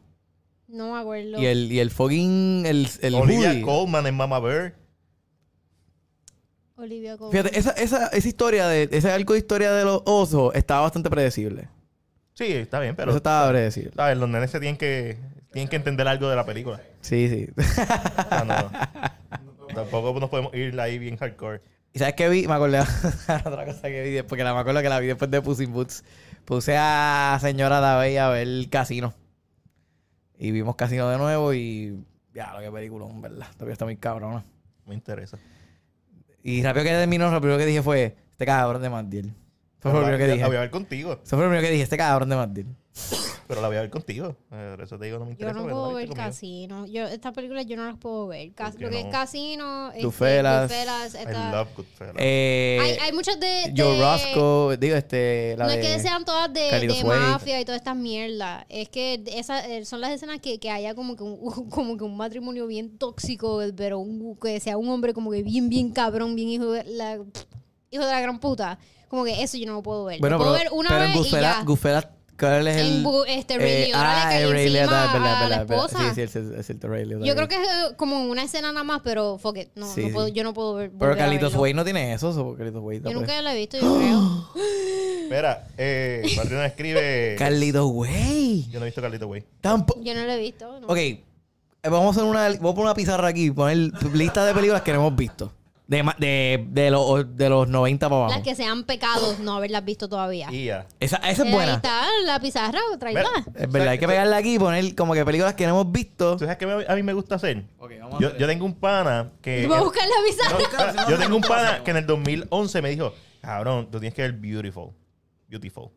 No me acuerdo. Y el, y el fucking. El, el Olivia hoodie. Colman en Mama Bear. Olivia Colman. Fíjate, esa, esa, esa historia, de, ese arco de historia de los osos estaba bastante predecible. Sí, está bien, Pero pero. eso estaba predecible. ¿sabes? Los nenes se tienen que, tienen que entender algo de la película. Sí, sí. O sea, no- tampoco nos podemos ir ahí bien hardcore. ¿Y sabes qué vi? Me acordé otra cosa que vi después, que la me acuerdo que la vi después de Puss in Boots. Puse a señora Davey a ver el casino. Y vimos casino de nuevo y. Ya, lo que película, ¿verdad? Todavía está muy cabrona. Me interesa. Y rápido que terminó, lo primero que dije fue: Este cabrón de Mandiel. Fue lo Pero primero que la, dije. la voy a ver contigo. Eso fue lo primero que dije: Este cabrón de Mandiel. Pero la voy a ver contigo. Eh, Por eso te digo, no me Yo interesa. no porque la puedo viste ver conmigo. Casino. Yo, estas películas yo no las puedo ver. Cas- ¿Por lo qué que no? es Casino, este, Goodfellas. Goodfellas, I esta- love Goodfellas. Eh, hay, hay muchas de. Yo, de- Roscoe, digo, este. La No de... es que sean todas de, Carlitos de Way. mafia y todas estas mierdas. Es que esas eh, son las escenas que, que haya como que, un, como que un matrimonio bien tóxico, pero un- que sea un hombre como que bien, bien cabrón, bien hijo de la, hijo de la gran puta. Como que eso yo no lo puedo ver. Bueno, lo puedo pero, ver una pero en vez y Goodfellas, ya. Goodfellas, ¿cuál es el. En bu- este, Ray Eh, Liotta le cayó el encima Liotta, es a la es verdad. esposa. Sí, sí, es, es cierto, Ray Liotta. Yo creo que es eh, como una escena nada más, pero fuck it, no, Sí, no sí. puedo, yo no puedo ver. Pero volver a Carlitos pues. verlo. Way no tiene eso, so- Carlitos Way. Yo no nunca puede. la he visto, yo creo. Espera, eh, Patrina escribe. Carlitos Way. Yo no he visto Carlito Way. Tampoco. Yo no la he visto. no. Ok, eh, vamos a hacer una, vamos a poner una pizarra aquí y poner lista de películas que no hemos visto. De, ma- de, de, los, de los 90 para abajo. Las que sean pecados no haberlas visto todavía. Y ya. Esa, esa es Eh, Ahí buena. está la pizarra, tráela. Mira, Es verdad, hay que pegarla aquí y poner como que películas que no hemos visto. ¿Tú sabes qué me- a mí me gusta hacer? Ok, vamos a Yo, hacer yo tengo un pana que. Voy a buscar la Eh, No, pizarra. espera, yo tengo un pana que en el 2011 me dijo: Cabrón, tú tienes que ver Beautiful. Beautiful.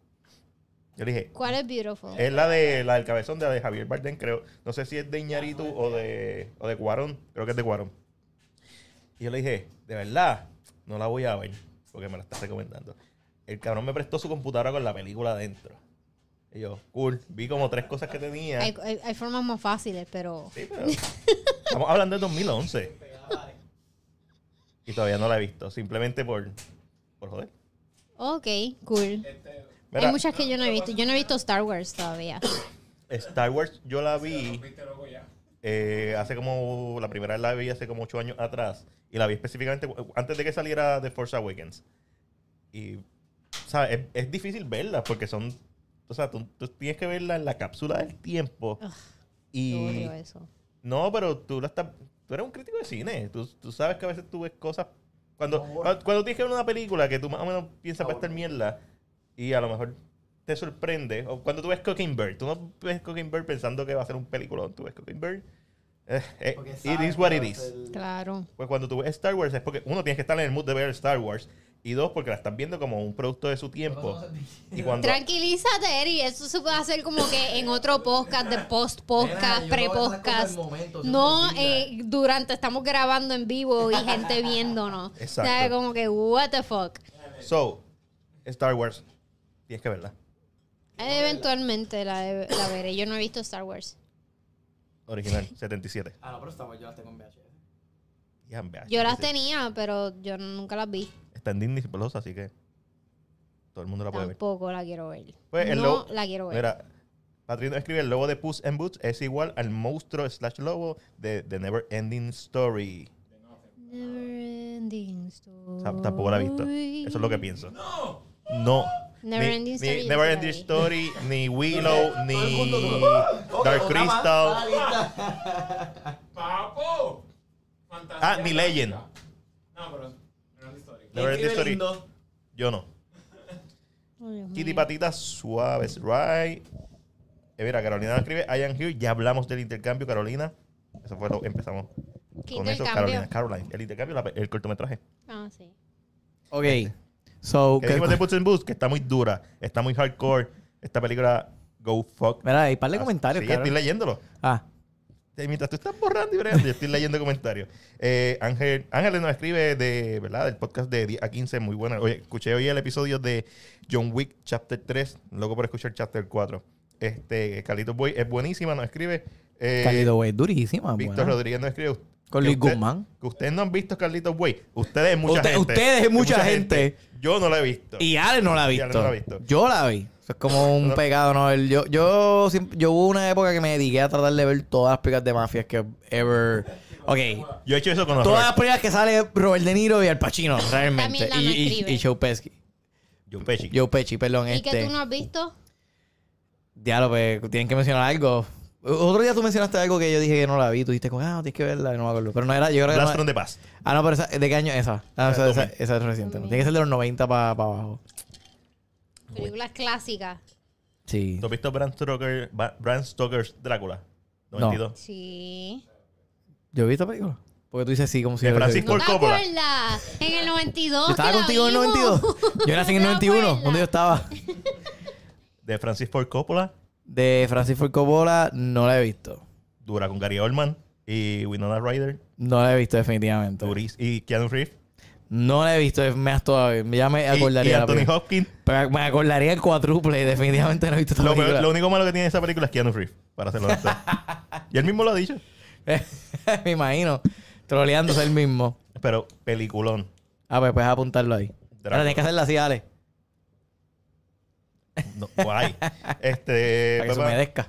Yo le dije: ¿Cuál es Beautiful? Es la de la del cabezón de la de Javier Bardem, creo. No sé si es de Iñarito o de, o de Cuarón. Creo que es de Cuarón. Y yo le dije, de verdad, no la voy a ver porque me la está recomendando. El cabrón me prestó su computadora con la película adentro. Y yo, cool. Vi como tres cosas que tenía. Hay, hay- hay formas más fáciles, pero. Sí, pero estamos hablando de 2011. Y todavía no la he visto, simplemente por, por joder. Ok, cool. Eh, Mira, Hay muchas que yo no he visto. Yo no he visto Star Wars todavía. Star Wars yo la vi Viste loco ya. eh, hace como, la primera vez la vi hace como ocho años atrás. Y la vi específicamente eh, antes de que saliera The Force Awakens. Y, ¿sabes? Es, es difícil verla porque son, o sea, tú, tú tienes que verla en la cápsula del tiempo. Ugh, Yo y odio eso. No, pero tú la estás. Tú eres un crítico de cine. Tú, tú sabes que a veces tú ves cosas. Cuando, No, bueno. cuando, cuando tienes que ver una película que tú más o menos piensas Ah, para estar bueno. mierda y a lo mejor te sorprende. O cuando tú ves Cooking Bird, tú no ves Cooking Bird pensando que va a ser un película. Tú ves Cooking Bird. eh, eh, Porque it sabes is what que it va a is. ser- Claro. Pues cuando tú ves Star Wars es porque uno tienes que estar en el mood de ver Star Wars y dos porque la estás viendo como un producto de su tiempo. Y cuando Tranquilízate, Eri. Eso se puede hacer como que en otro podcast, de post-podcast, Nena, yo no voy a esas pre-podcast. cosas en momento, eso No, es mentira. eh, durante estamos grabando en vivo y gente viéndonos. Exacto. ¿Sabes? Como que, what the fuck. Eh. so Star Wars tienes que verla. Eh, Eventualmente la, la veré. Yo no he visto Star Wars. Original 77. Ah, no, pero Star Wars yo las tengo en VHS. Ya, vea, Yo las sí. tenía, pero yo nunca las vi. Está en Disney Plus, así que todo el mundo la Ah, puede ver. Tampoco la quiero ver. Pues el no lobo- la quiero ver. Mira, Patrino escribe el lobo de Puss and Boots es igual al monstruo slash lobo de The Never Ending Story. Neverending O sea, tampoco la he visto. Story. Eso es lo que pienso. No. Neverending ni, Story, yo ni Never sí la Ending vi. Story, ni Willow, ni Dark Otra más. Ah, Crystal. lista. ¡Papo! Fantasía Ah, ni Legend. No, pero no es histórico. Never Ending Escribe Story. lindo. Yo no. Oh, Dios mío. Kitty Patitas Suaves, right? Eh, mira, Carolina nos escribe I am here. Ya hablamos del intercambio, Carolina. Eso fue lo que empezamos. ¿Qué con eso, intercambio? Carolina, Caroline, el intercambio, la- el cortometraje. Ah, sí. Ok. So, Que ¿qué- dijimos de Boots and Boots, que está muy dura, está muy hardcore. Esta película, go fuck. Mira, hay par de Ah, comentarios, Sí, cabrón. estoy leyéndolo. Ah, Eh, Mientras tú estás borrando y bregando, yo estoy leyendo comentarios. Eh, Ángel, Ángeles nos escribe de, ¿verdad? Del podcast de 10 a 15, muy buena. Oye, escuché hoy el episodio de John Wick Chapter 3, loco por escuchar Chapter 4. Este, Carlitos Boy es buenísima, nos escribe. Eh, Carlito, güey, durísima. Víctor buena. Rodríguez nos escribe. Con que Luis usted- Guzmán. Que ustedes no han visto Carlitos Boy. Ustedes es mucha Usted- gente. ustedes es mucha Yo no la he visto. Y Ale no la ha Y visto. Ale no la ha visto. Yo la vi. Eso es como un pecado, ¿no? El- Yo, yo, siempre- yo hubo una época que me dediqué a tratar de ver todas las películas de mafias que ever. Ok. Yo he hecho eso con los Todas las películas que sale Robert De Niro y Al Pacino, realmente. También la Y, no y, escribe. y Joe Pesci. John Pesci. Joe Pesci, perdón. ¿Y que este. tú no has visto? Diablo, pues, tienen que mencionar algo. Otro día tú mencionaste algo que yo dije que no la vi. Tú dijiste, como, ah, tienes que verla. y No me acuerdo. Pero no era, yo creo que Blast no- from the Past. Ah, no, pero esa, ¿de qué año es esa? Ah, Ah, esa, esa, 2000. esa es reciente. ¿no? Tiene que ser de los 90 para abajo. Películas clásicas. Sí. ¿Tú has visto Bram, Stoker, Ba- Bram Stoker's Drácula? 92. Sí. ¿Yo he visto película? Porque tú dices sí, como si De yo lo hubiese Francisco visto. ¿No te Coppola. acuerdas? En el 92. Yo estaba que la contigo en el vimos. 92. Yo nací en el ¿No te 91, acuerdas? donde yo estaba. De Francis Ford Coppola, De Francis Ford Coppola, no la he visto. dura con Gary Oldman y Winona Ryder, No la he visto, definitivamente. Doris y Keanu Reeves No la he visto, es más todavía. Ya me y, y acordaría. la Anthony película. Hopkins. Pero me acordaría el cuádruple. Definitivamente no he visto esta Lo, película. peor- lo único malo que tiene esa película es Keanu Reeves, para hacerlo honesto. y él mismo lo ha dicho. me imagino. Troleándose él mismo. Pero peliculón. Ah, pues puedes apuntarlo ahí. Ahora tienes que hacerla así, Ale. No, guay. Este, Para que se papá, humedezca.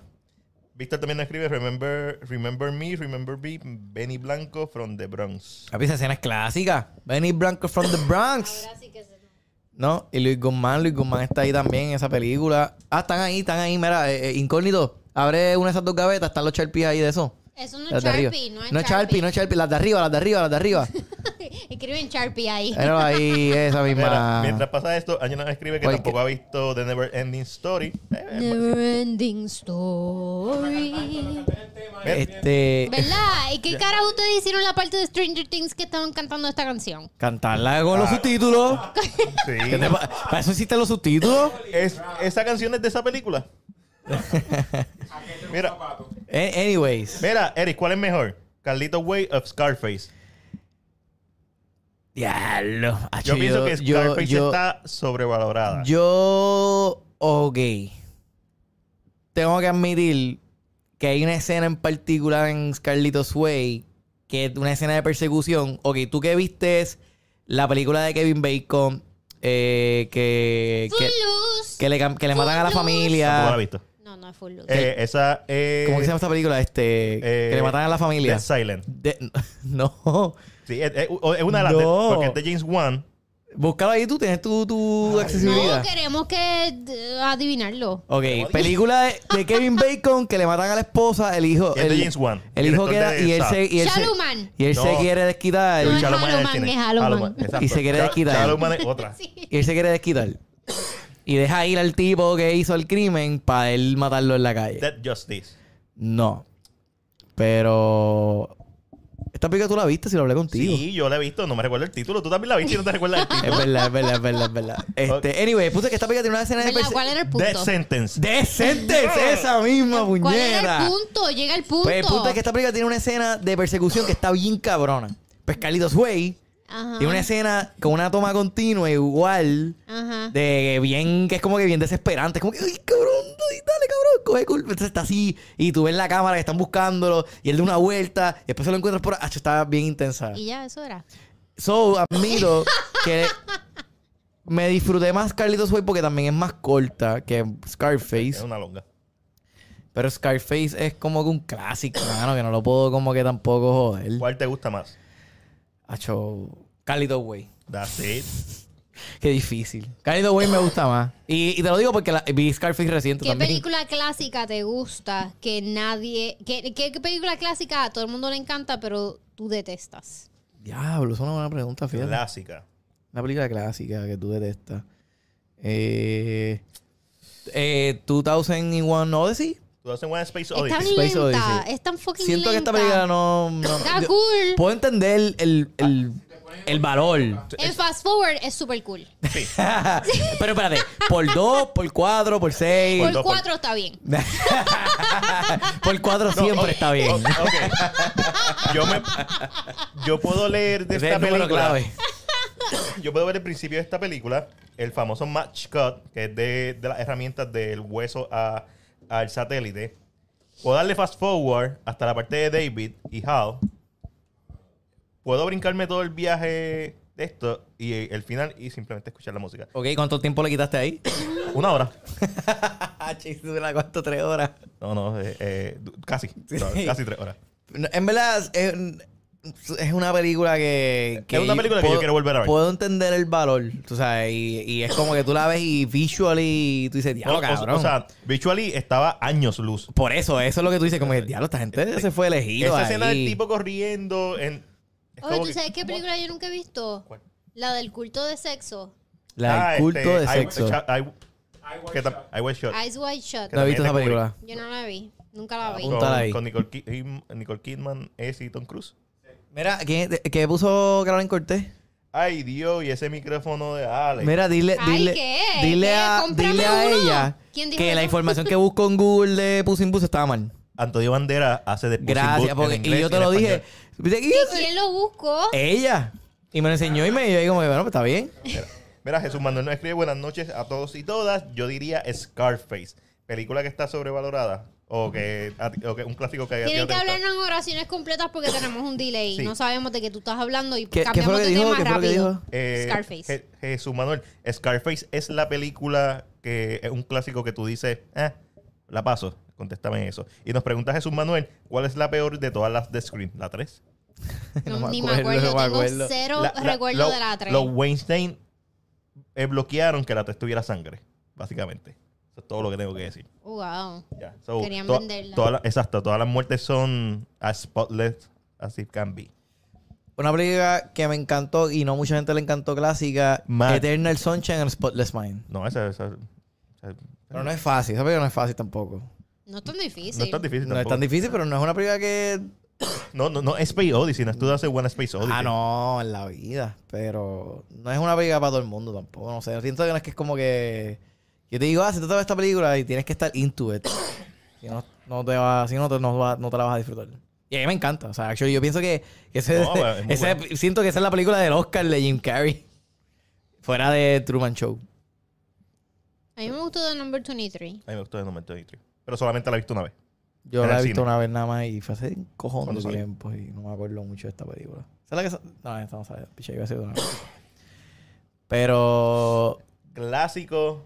Víctor también nos escribe Remember, remember Me, Remember Me, Benny Blanco from the Bronx. Papi, esa escena es clásica. Benny Blanco from the Bronx. Ahora sí que se- No, y Luis Guzmán, Luis Guzmán está ahí también en esa película. Ah, están ahí, están ahí, mira, eh, eh, incógnito. Abre una de esas dos gavetas, están los Sharpies ahí de eso. Eso no es Las de arriba. Sharpie, no es No es Sharpie, no es Sharpie, las de arriba, las de arriba, las de arriba. Escriben Sharpie ahí. Era ahí, esa Mira, misma. mientras pasa esto, Ángel nos escribe que Oye, tampoco ha visto The Never Ending Story. pues, Eh, Neverending Story. Cantar el tema y Este. ¿Verdad? ¿Y qué carajo ustedes hicieron la parte de Stranger Things que estaban cantando esta canción? Cantarla con los Ah. subtítulos. sí. ¿Qué te pa- ¿Para eso hiciste los subtítulos? Es- esa canción es de esa película. aquel de un Mira. zapato. Eh, anyways. Mira, Eric, ¿cuál es mejor? Carlito Way of Scarface. Diablo. Ah, Yo, pienso que yo- Scarface yo- está sobrevalorada. Yo. Ok. tengo que admitir que hay una escena en particular en Scarlito's Way que es una escena de persecución. Ok, tú que viste la película de Kevin Bacon eh, que, Full que, Luz. que le, cam- que le matan a la Footloose. Tampoco la he familia. visto. No, no es Full Luz. Eh, esa eh, ¿Cómo que se llama esta película? Este, eh, que le matan a la familia. Dead Silent. De- no. Sí, es, es- es una de las No. de- porque es de James Wan. Búscalo ahí, tú tienes tu, tu accesibilidad. no, queremos que eh, adivinarlo. Ok, película de, de Kevin Bacon que le matan a la esposa, el hijo. Es de el- James Wan. El hijo director queda de y él Saw. se. Y él se- Shaluman. y él se No. quiere desquitar. No es Shaluman del Halloween, cine. es Halloween. Halloween, exacto. Y se quiere Sha- desquitar. Halloween es otra. Y él se quiere desquitar. Y deja ir al tipo que hizo el crimen para él matarlo en la calle. Dead Justice. No. Pero. Esta película tú la viste si lo hablé contigo. Sí, yo la he visto, no me recuerdo el título. Tú también la viste y no te recuerdas el Es título. verdad, es verdad, es verdad, es verdad. Este, anyway, puse que esta película tiene una escena Pues, eh, de ¿Verdad? perse- ¿Cuál era el punto? Dead Sentence. ¡Decentes! Esa misma puñera. ¿Cuál era el punto? Llega el punto. Pues el punto es que esta película tiene una escena de persecución que está bien cabrona. Pues Carlitos Way Ajá. tiene una escena con una toma continua igual Ajá. de bien que es como que bien desesperante. Es como que, ay, cabrón, ay, dale, cabrón, coge culpa. Entonces está así y tú ves la cámara que están buscándolo y él da una vuelta y después se lo encuentras por... Ah, está bien intensa. Y ya, eso era. So, admiro que me disfruté más Carlitos Way porque también es más corta que Es Scarface. una longa. Pero Scarface es como que un clásico, mano, que no lo puedo como que tampoco joder. ¿Cuál te gusta más? Hacho, Carlitos Way. That's it. Qué difícil. Carlitos Way me gusta más. Y, y te lo digo porque la, vi Scarface reciente ¿Qué también. película clásica te gusta que nadie... ¿Qué, qué, qué película clásica a todo el mundo le encanta pero tú detestas? Diablo, eso es una buena pregunta, fíjate. Clásica. Una película clásica que tú detestas. Eh, eh, 2001 Odyssey. Tú haces One Space Es Odyssey. tan Space lenta, Odyssey. es tan fucking Siento que lenta. esta película no... no- Está yo- cool. puedo entender el, el, el, el valor. En Fast Forward es súper cool. Pero espérate, por dos, por cuatro, por seis... Por dos, por- pues, cuatro está bien. Por cuatro siempre está bien. Ok. Yo, me, yo puedo leer de Ese es esta el número película. clave. Yo puedo ver el principio de esta película, el famoso match cut, que es de, de las herramientas del hueso a- al satélite. Puedo darle fast forward hasta la parte de David y Hal. Puedo brincarme todo el viaje de esto y el final y simplemente escuchar la música. Ok, ¿cuánto tiempo le quitaste ahí? Una hora. Ah, chis, dura cuánto, tres horas. No, no, eh, eh, du- casi. Sí. Casi tres horas. No, En verdad, es, es una película que, Es una película que yo quiero volver a ver. Puedo entender el valor, tú sabes, y, y es como que tú la ves y visually tú dices, diablo, O- o- cabrón. O, sea, Visually estaba años luz. por eso, eso es lo que tú dices, como que, diablo, esta gente se fue elegido Esa ahí. escena del tipo corriendo en. Oye, es como ¿tú que- sabes qué película yo nunca he visto? ¿Cuál? La del culto de sexo. La del Ah, culto este, de I- sexo. cha- I- I watch que tam- that. I was shot. Eyes Wide Shut. ¿No has visto también de esa película? Yo no la vi. Nunca la vi. Apunta. Apúntala ahí. Con, con Nicole, Kid- Nicole Kidman, es y Tom Cruise. Mira, ¿qué, qué puso Carolyn Cortés? Ay, Dios, y ese micrófono de Alex. Mira, dile, Ay, dile, ¿qué? dile ¿Qué? a, Cómprame dile a uno. ella ¿Quién dijo que la eso? información que busco en Google de Puss in Boots estaba mal. Antonio Bandera hace de Puss in Boots Gracias, en porque inglés y yo te en lo dije. español. Dice, ¿y ¿Que eso? ¿Quién lo buscó? Eh, Ella. Y me lo enseñó y me yo ahí como que, bueno, pues está bien. Mira, Jesús Manuel nos escribe buenas noches a todos y todas. Yo diría Scarface, película que está sobrevalorada o que, a ti- o que un clásico que a ti no Tienen te que gusta. hablarnos en oraciones completas porque tenemos un delay. Sí. No sabemos de qué tú estás hablando y ¿Qué, qué fue cambiamos lo que de dijo? tema ¿Qué fue lo que rápido. dijo? Eh, Scarface. Je- Jesús Manuel, Scarface es la película que es un clásico que tú dices, "Ah, la paso, contéstame eso. Y nos pregunta Jesús Manuel, ¿cuál es la peor de todas las de Scream? ¿La 3? No, No me ni me acuerdo, acuerdo. no me Tengo acuerdo. cero La- la- recuerdo lo- de la 3. Los Weinstein eh, bloquearon que la 3 tuviera sangre, básicamente. Eso es todo lo que tengo que decir. Oh, Wow. Ya. So, Querían to- venderla. todas las- exacto, todas las muertes son as spotless as it can be. Una película que me encantó y no mucha gente le encantó clásica, Mad. Eternal Sunshine and Spotless Mind. No, esa, esa- esa- Pero no es fácil, esa película no es fácil tampoco. No es tan difícil. no es tan difícil No es tan tampoco. difícil, pero no es una película que... No, no, no, Space Odyssey, no tú haces One Space Odyssey. Ah, no, en la vida. Pero no es una película para todo el mundo tampoco. No sé, siento que no es que es como que... Yo te digo, ah, si tú te ves esta película y tienes que estar into it. Si no, no te va, si no, te, no, va- no te la vas a disfrutar. Y a mí me encanta. O sea, actually, yo pienso que, que ese, No, pero es muy ese- siento que esa es la película del Oscar de Jim Carrey. Fuera de Truman Show. A mí me gustó The Number 23. A mí me gustó el número 23. E pero solamente la he visto una vez. Yo En la el he visto cine. una vez nada más y fue hace un cojón ¿Cuándo de salió? tiempo y no me acuerdo mucho de esta película. ¿Sabes la que sa- No, esta no sale. Picha, iba a ser otra cosa. Pero Clásico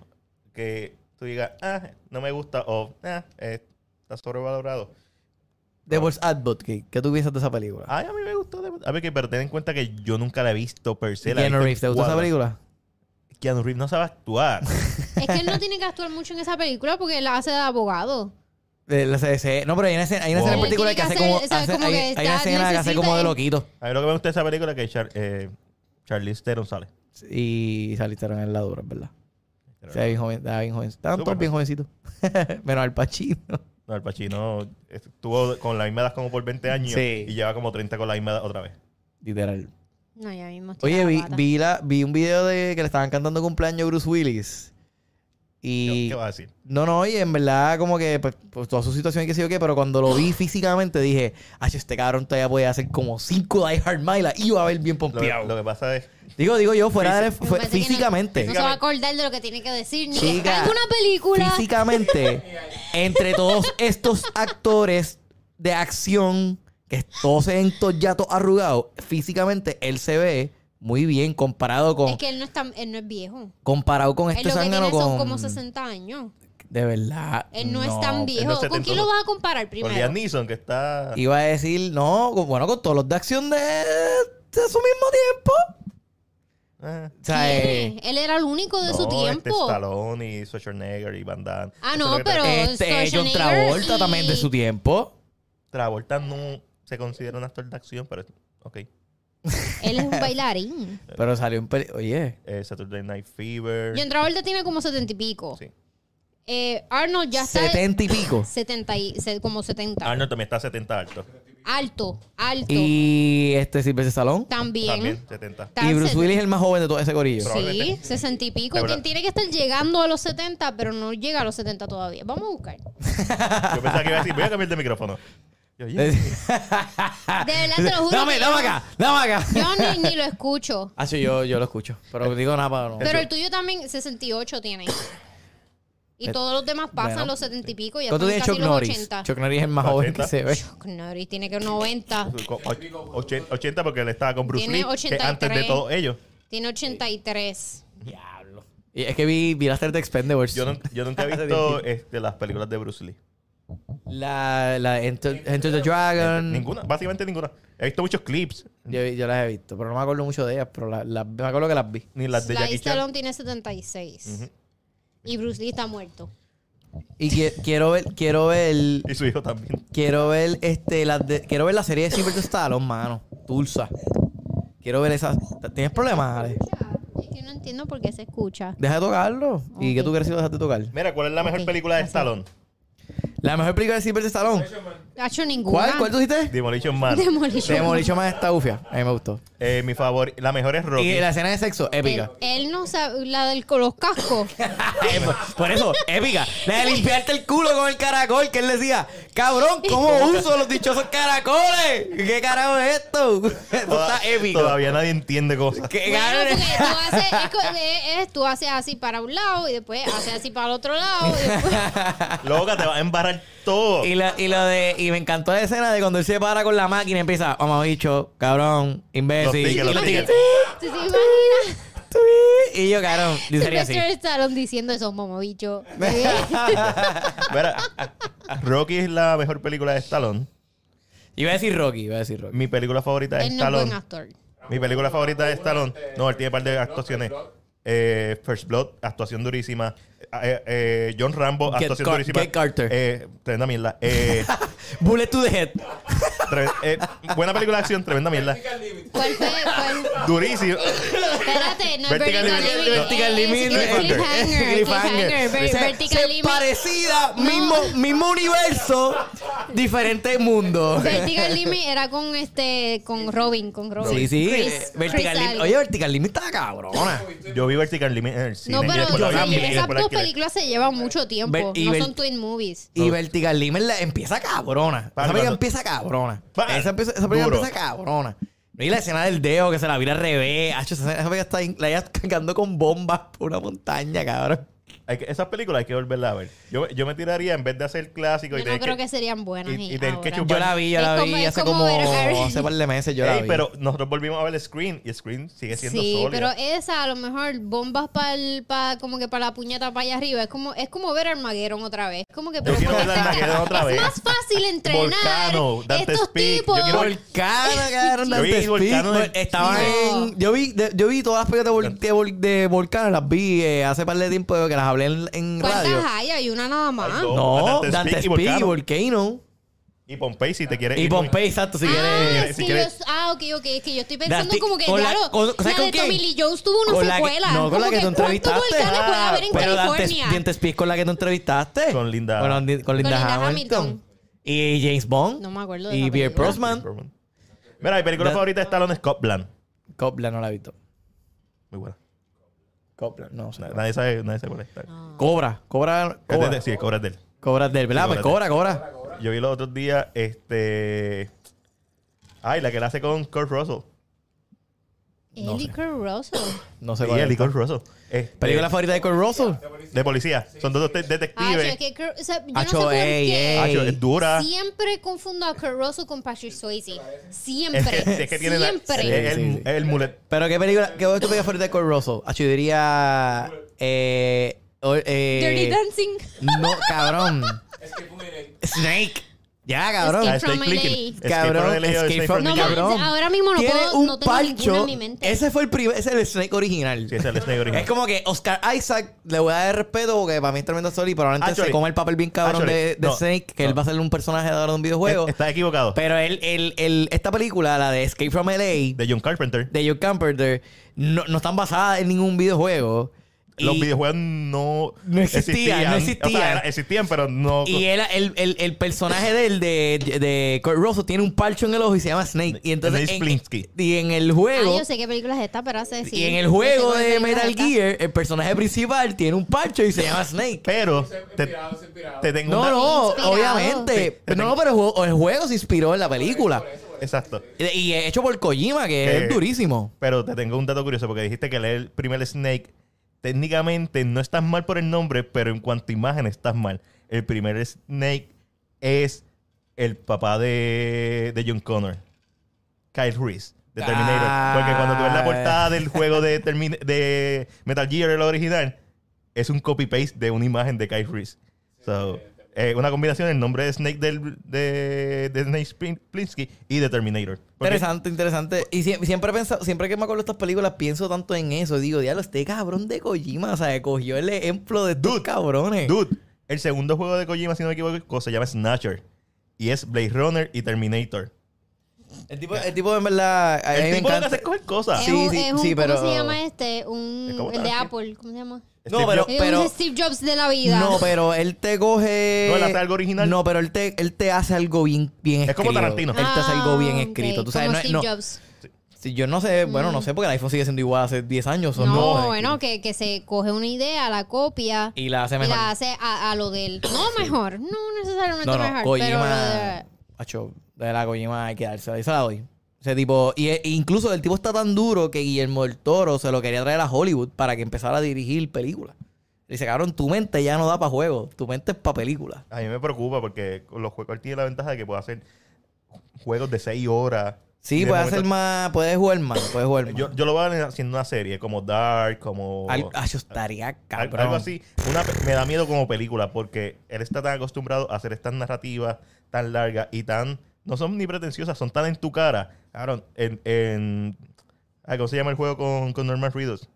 que tú digas, ah, no me gusta o ah, eh, está sobrevalorado. Devil's Advocate, ¿qué tú piensas de esa película? Ay, a mí me gustó. de- A ver, que, pero ten en cuenta que yo nunca la he visto per se. la he Keanu visto en Reeves, ¿te gusta esa cuadros. película? Keanu Reeves no sabe actuar. Es que él no tiene que actuar mucho en esa película porque la hace de abogado. Eh, la CDC. No, pero hay una escena, hay una escena en Wow. particular que Tiene hace que como. hacer- ¿sabes? hace- Como hay, que hay está- una escena que hace necesita como de el- loquito. A ver lo que me gusta de esa película que Char eh, Charlize Theron sale. Y salieron en la dura, ¿verdad? O sea, bien joven, estaba bien joven. Estaban todos Superman. bien jovencitos. Menos al Pacino. No, el Pacino estuvo con la misma edad como por 20 años Sí. y lleva como 30 con la misma edad otra vez. Literal. No, ya mismo. estoy Oye, a la vi, pata. vi, la, vi un video de que le estaban cantando cumpleaños a Bruce Willis. ¿Qué, Y. qué vas a decir? No, no, y en verdad, como que pues, pues, toda su situación y qué sé yo qué, pero cuando lo vi físicamente dije, ay, este cabrón todavía puede hacer como cinco Die Hard Mile y va a ver bien Lo, que- pompeado. lo que pasa es Digo, digo yo, fuera Me de, fue- parece que no- físicamente. No, se va a acordar de lo que tiene que decir. Ni Chica, alguna película. Físicamente, entre todos estos actores de acción, que todos se ven todos ya todos arrugados, físicamente él se ve muy bien comparado con Es que él no, está, él no es viejo. comparado con Él este lo que tiene zángano con son como 60 años. De verdad. Él no, es tan viejo. no es ¿Con quién 72. lo vas a comparar con Liam primero? Neeson que está... Iba a decir, no, con- bueno, con todos los de acción de, de su mismo tiempo. Ah. O sea, eh, Él era el único de su No, Este tiempo. Stallone y Schwarzenegger y Van Damme. Ah, Eso no, es lo que te- pero- este John Schwarzenegger Travolta y- también de su tiempo. Travolta no se considera un actor de acción, pero... Ok. Él es un bailarín. Pero salió un peli... Oye. Eh, Saturday Night Fever. John Travolta tiene como 70 y pico. Sí. Eh, Arnold ya está. 70 y pico. 70 y, se- como 70. Arnold también está 70 alto. Alto, alto. Y este Silvestre Salón. también. También 70. Tan Y Bruce seten- Willis es el más joven de todo ese corillo. Sí, Probablemente. 60 y pico. La verdad. Quien tiene que estar llegando a los 70, pero no llega a los 70 todavía. Vamos a buscar. Yo pensaba que iba a decir, voy a cambiar de micrófono. Yo, oye, De verdad, te lo juro. Ah. dame, que dame yo- acá, dame acá. Yo ni, ni lo escucho. Ah, sí, yo, yo lo escucho. Pero digo nada para no. Pero el tuyo también 68 tiene. Y Eh, todos los demás pasan bueno. los 70 y pico. Ya ¿Cuánto están tiene casi Chuck los Norris? 80. Chuck Norris es el más joven que 80. se ve. Chuck Norris tiene que 90. con- och- ochen- 80 porque él estaba con Bruce Tiene Lee, que 83. antes de todos ellos. Tiene 83. Diablo. Y es que vi, vi las tres de Expendables. Yo, no, yo nunca he visto este, las películas de Bruce Lee. La, la Enter, Enter the Dragon. Ninguna, básicamente ninguna. He visto muchos clips, Yo, yo las he visto, pero no me acuerdo mucho de ellas, pero la- la- me acuerdo que las vi. ni las de Sly Jackie Chan. Stallone tiene 76. Y Bruce Lee está muerto. Y qui- quiero ver, quiero ver, Y su hijo también. quiero ver este, las de- quiero ver la serie de Silver Stallone, mano. Tulsa. Quiero ver esas. ¿Tienes problemas, Ale? Es que no entiendo por qué se escucha. Deja de tocarlo. ¿Y Ok. qué tú crees si lo dejaste tocar? Mira, ¿cuál es la mejor Ok, película de así. Stallone? La mejor película de Silver Stallone. No ha hecho ninguna. ¿Cuál? ¿Cuál tú dijiste? Demolition Man. Demolition. Demolition Man está ufia. A mí me gustó. Eh, mi favor, la mejor es Rocky. Y la escena de sexo, épica. él, Eh, él no sabe la del con los cascos. Eh, por- Por eso, épica. La de limpiarte el culo con el caracol, que él decía, cabrón, ¿cómo uso los dichosos caracoles? ¿Qué carajo es esto? Esto Toda- está épico. Todavía nadie entiende cosas. ¿Qué Bueno, cabrón? porque tú haces, es co- es- es- tú haces así para un lado y después haces así para el otro lado. y después- Loca, te va a embarrar todo. Y, la- y lo de, y me encantó la escena de cuando él se para con la máquina y empieza, "Oh, vamos bicho, cabrón, imbécil. Los tickets, los Los tickets. ¿Tú tickets. te imaginas? Y yo, cabrón, yo sería así. Sylvester Stallone diciendo eso, momobicho. Mira, Rocky es la mejor película de Stallone. Iba a decir Rocky, iba a decir Rocky. Mi película favorita de Él no es Stallone. buen actor. Mi película favorita de Stallone. No, él tiene un par de actuaciones. Eh, First Blood, actuación durísima. Eh, eh, John Rambo, Get actuación Car- durísima. Get Carter. Eh, tremenda mierda. Eh, Bullet to the head. tre- eh, buena película de acción, tremenda mierda. ¿Cuál fue? ¿Cuál? Durísima. Espérate, no es Vertical Vertical Limit. Limit. es- Vertical Limit. es Cliffhanger. Cliffhanger. Cliffhanger. Ver- Se- se Vertical Limit. Parecida, mismo, mismo universo, diferente mundo. Vertical Limit era con este, con Robin, con Robin. Sí, sí. Chris- eh, Chris Vertical Lim- algo. Oye, Vertical Limit está cabrona. Yo vi Vertical Limit en el cine. no, y pero después la vi en sí, mi- y esas después la dos alquilé. películas se llevan mucho tiempo. Ver- y no ver- son twin movies. Y Vertical Limit la- empieza cabrona. Vale, esa película cuando- empieza cabrona. Va, Esa, empieza- esa película duro. empieza cabrona. Y la escena del dedo que se la Ah, vira al revés. Hacho, esa, esa película está in- la ella cargando con bombas por una montaña, cabrón. Hay que- esas películas hay que volverlas a ver. Yo, yo me tiraría en vez de hacer clásico y Yo no tener creo que- que serían buenas. y- Y, y tener que ahora. chupar- Yo la vi, yo Es la vi como- es hace como como ver Harry. hace par de meses yo la Ey, vi. pero nosotros volvimos a ver Screen y Screen sigue siendo Sí, sólida. pero eh, esa a lo mejor bombas para como que para la puñeta para allá arriba. Es como, es como ver Armageddon otra vez. Es como que Yo quiero ¿por ver qué? Armageddon otra es vez. más fácil entrenar Volcano, Dante's estos Peak. Yo tipos. quiero ver- Volcano, cabrón. Yo Dante's vi Volcano Peak, en- Estaban No. en- Yo vi, de- yo vi todas las películas de, vol- de vol- de Volcano, las vi eh, hace par de tiempo que las hablé en, en radio. ¿Cuántas hay? Hay una nada más. Hay dos. No, Dante's Dante's Peak y Peak y Volcano. Volcano. Y Pompey, si te quieres Y ir Pompey, exacto, si ah, quieres. es si que quieres- yo, ah, ok, ok. Es que yo estoy pensando Dante- como que, con la- claro, con- la ¿sabes con de quién? Tommy Lee Jones tuvo una con la que- secuela. no, con Como la que que tú entrevistaste. ¿Cuántos volcanes puede Ah, haber en pero California? Dante's, Dante's Peak con la que tú entrevistaste. Con Linda- Con, Andi- con Linda, Linda Hamilton. Hamilton. Y James Bond. No me acuerdo de Y esa Pierre película. Brosnan. Mira, mi película Da- favorita es Talon Scotland. Copland no la he visto. Muy buena. Copland, no. sé. Na- Nadie sabe, nadie sabe cuál es. Ah. Cobra, cobra, Es de- cobra. de- Sí, cobras de él. Cobras del, ¿verdad? Pues Cobra cobra, cobra. Yo vi los otros días, este. Ay, la que la hace con Kurt Russell. No Eli sé. Kurt Russell. No sé Sí, cuál él y es. Kurt Russell. Este, ¿Película favorita de Kurt Russell? de policía. Son dos de- Ah, yo, detectives. es que Kurt- o sea, yo no sé Hacho, por ey, qué. ey. Ah, yo- es dura. Siempre confundo a Kurt Russell con Patrick Swayze. Siempre. Es que, es que tiene la- siempre. el, el, Sí, sí, sí. el mulet. ¿Pero qué película? ¿Qué es tu película favorita de Kurt Russell? Ah, yo diría... Eh, o- eh, Dirty Dancing. No, cabrón. Es que fue el- Snake. Ya, Escape cabrón. Ah, Snake from Plissken. LA. Escape Cabrón, from LA o Escape Snake from- from No, New York. cabrón. man, ahora mismo no Tiene puedo, un no tengo ninguna palcho. en mi mente. Ese fue el primer... Ese es el Snake original. Sí, es el Snake original. Es como que Oscar Isaac le voy a dar respeto porque para mí es tremendo sol y probablemente Actually, se come el papel bien cabrón actually, de, de Ah, no, Snake, que no. él va a ser un personaje de ahora de un videojuego. Es- Estás equivocado. Pero él, él, él- esta película, la de Escape from LA, De John Carpenter. de Joe Carpenter, no, no están basadas en ningún videojuego. Y- Los videojuegos no, No existían, no O sea, existían. era- existían, pero no. Y él- el, el- el personaje del, de, de Kurt Russell tiene un parcho en el ojo y se llama Snake. Y entonces Snake en, Plissken. y en el Ah, juego... yo sé qué película es esta, pero hace Y en el juego de Metal Gear Gear, el personaje principal tiene un parcho y se llama Snake. pero te, Inspirado, se inspirado. te tengo No, una- no, Inspirado. Sí, obviamente. te no, tengo- pero el juego, el juego se inspiró en la película. Exacto. Y y es hecho por Kojima, que Que- es durísimo. Pero te tengo un dato curioso porque dijiste que leer el primer Snake técnicamente no estás mal por el nombre, pero en cuanto a imagen estás mal. El primer Snake es el papá de, de John Connor, Kyle Reese, de Terminator. Ah. Porque cuando tú ves la portada del juego de, Termin- de Metal Gear, el original, es un copy-paste de una imagen de Kyle Reese. So, eh, una combinación del nombre de Snake del, de, de Snake Plin- Plissken y de Terminator. Porque- Interesante, interesante. Y sie- siempre he pensado- siempre que me acuerdo de estas películas, pienso tanto en eso. Digo, diablo, este cabrón de Kojima, o sea, cogió el ejemplo de estos cabrones. Dude, el segundo juego de Kojima, si no me equivoco, se llama Snatcher. Y es Blade Runner y Terminator. El tipo, el tipo en verdad, a mí El me tipo lo que hace encanta. es coger cosas. Sí, sí, sí, pero- ¿Cómo se llama este? Un, Es como el de Tarantino. Apple. ¿Cómo se llama? No, pero- Jobs- Es un Steve Jobs de la vida. No, pero él te coge. No, él hace algo original. No, pero él te, él te hace algo bien, bien Es escrito. como Tarantino. Él te hace este algo bien Ah, escrito. ok, Tú sabes, como no, Steve no- Jobs. Mm. si yo no sé, bueno, no sé, porque el iPhone sigue siendo igual hace 10 años. o No, no, bueno, que, que se coge una idea, la copia y, Y la hace mejor. la hace a, a lo del. No, mejor. No necesariamente No, mejor. no, Pero lo Kojima. de. Acho, de la Kojima hay que dársela. Esa la doy. Ese tipo. Y, e- incluso el tipo está tan duro que Guillermo del Toro se lo quería traer a Hollywood para que empezara a dirigir películas. Le Dice, cabrón, tu mente ya no da para juegos. Tu mente es para películas. A mí me preocupa porque con los juegos él tiene la ventaja de que puede hacer juegos de 6 horas. Y Sí, de momento- puedes Eh, hacer más. Puedes jugar más. Puedes jugar más. Yo, yo lo voy haciendo una serie como Dark, como. Al- acho, estaría Al- cabrón. Algo así. Una, pe- me da miedo como película porque él está tan acostumbrado a hacer estas narrativas tan largas y tan... No son ni pretenciosas, son tan en tu cara. Cabrón, en... en ay, ¿Cómo se llama el juego con, con Norman Reedus?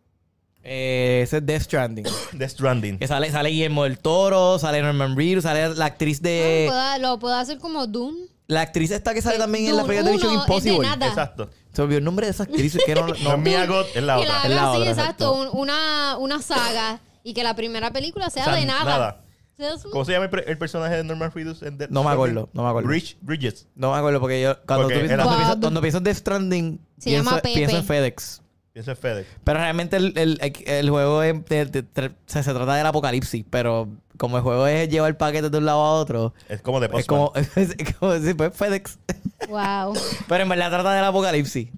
Eh, ese es Death Stranding. The Stranding. que sale, sale Guillermo del Toro, sale Norman Reedus, sale la actriz Ah, de. puedo- lo puedo hacer como Doom. La actriz esta que sale Sí, también en la Dune película de Mission uno Eh, es de Impossible. nada. Exacto. Se me olvidó el nombre de esa actriz que no, No es no, Mia Goth, es la que la otra. Es la haga así, otra, exacto, exacto. un- una, una saga y que la primera película sea O sea, de nada. nada. O sea, es un- ¿Cómo se llama el, pre- el personaje de Norman Reedus? en The No Stranding? me acuerdo, no me acuerdo. Bridge- Bridges. no me acuerdo porque yo. Cuando, Porque tú- era- cuando, pienso, Bob. cuando pienso en Death Stranding, Se pienso, llama Pepe. pienso en FedEx. Eso es FedEx. Pero realmente el, el- el juego es de- de- de- se, se trata del apocalipsis, pero como el juego es llevar paquetes de un lado a otro, Es como de es Postman. como, es como si fuera FedEx. Wow. Pero en verdad trata del apocalipsis.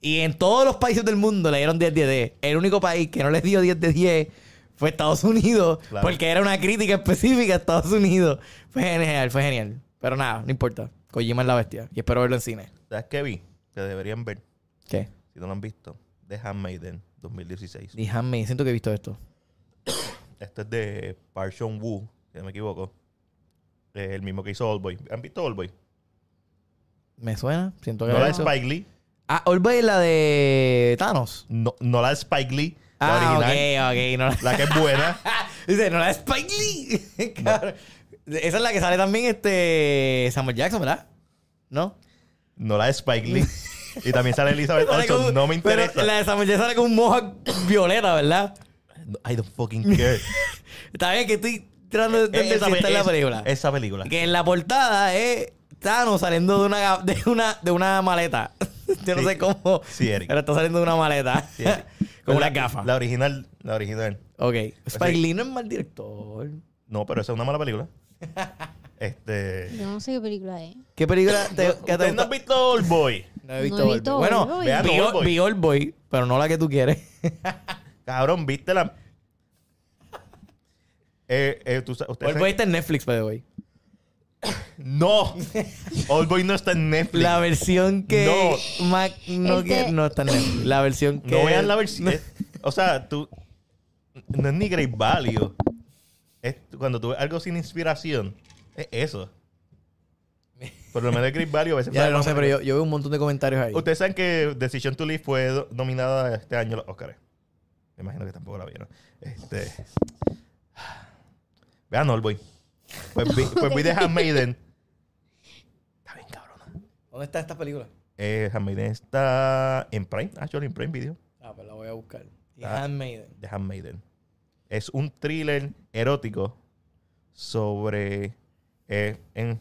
Y en todos los países del mundo le dieron 10 de 10. El único país que no les dio 10 de 10 fue Estados Unidos, Claro. porque era una crítica específica a Estados Unidos. Fue genial, fue genial. Pero nada, no importa. Kojima es la bestia y espero verlo en cine. ¿Sabes qué vi? Que deberían ver, ¿Qué? si no lo han visto. The Handmaiden 2016. Díjame, siento que he visto esto. Este es de Parson Wu, si no me equivoco. Eh, el mismo que hizo Oldboy. ¿Han visto Oldboy? ¿Me suena? Siento que No la he de visto. Spike Lee. Ah, Oldboy es la de Thanos. No, no la de Spike Lee. La Ah, original. ok, ok. No la... La que es buena. Dice, no la de Spike Lee. Cabrón. Esa es la que sale también este Samuel Jackson, ¿verdad? ¿No? No la de Spike Lee. Y también sale Elizabeth Sale Olsen. con- No me interesa. Pero la de Samuel Jackson sale con un mohawk violeta, ¿verdad? No, I don't fucking care. Está bien que estoy tratando de entender si está en la Eh, es- película. Esa película. Que en la portada es Thanos saliendo de una, ga- de una, de una maleta. Yo no Sí. sé cómo. Sí, Eric. Pero está saliendo de una maleta. Sí, Eric. Con Pero una la- gafa. La original. La original. Ok. Spike sí. Lee no es mal director. No, pero esa es una mala película. Este. Yo no sé qué película es. ¿Qué película te, que te ¿Ustedes no han gusta? visto Old Boy? No he visto Old Old Boy. Boy. Bueno, Vean vi Old Old- Boy. vi Old Boy, pero no la que tú quieres. Cabrón, ¿viste la...? Eh, eh, tú sa- ustedes Old saben- Boy está en Netflix, by the way. ¡No! Old Boy no está en Netflix. La versión que... Mac- No. Este- que- no está en Netflix. La versión que... No vean la versión. es- O sea, tú... No es ni Great Value. Es cuando tú ves algo sin inspiración, es eso. Por lo menos el Great Value a veces... Ya, no sé, pero yo, yo veo un montón de comentarios ahí. Ustedes saben que Decision to Live fue do- nominada este año a los Oscars. Me imagino que tampoco la vieron. Este... Vean Old Boy. Pues vi, pues vi de Handmaiden. Está bien cabrona. ¿Dónde está esta película? Eh, Handmaiden está en Prime, actually en Prime Video. Ah, pues la voy a buscar. The Ah. Handmaiden. De Handmaiden. Es un thriller erótico sobre. eh, en-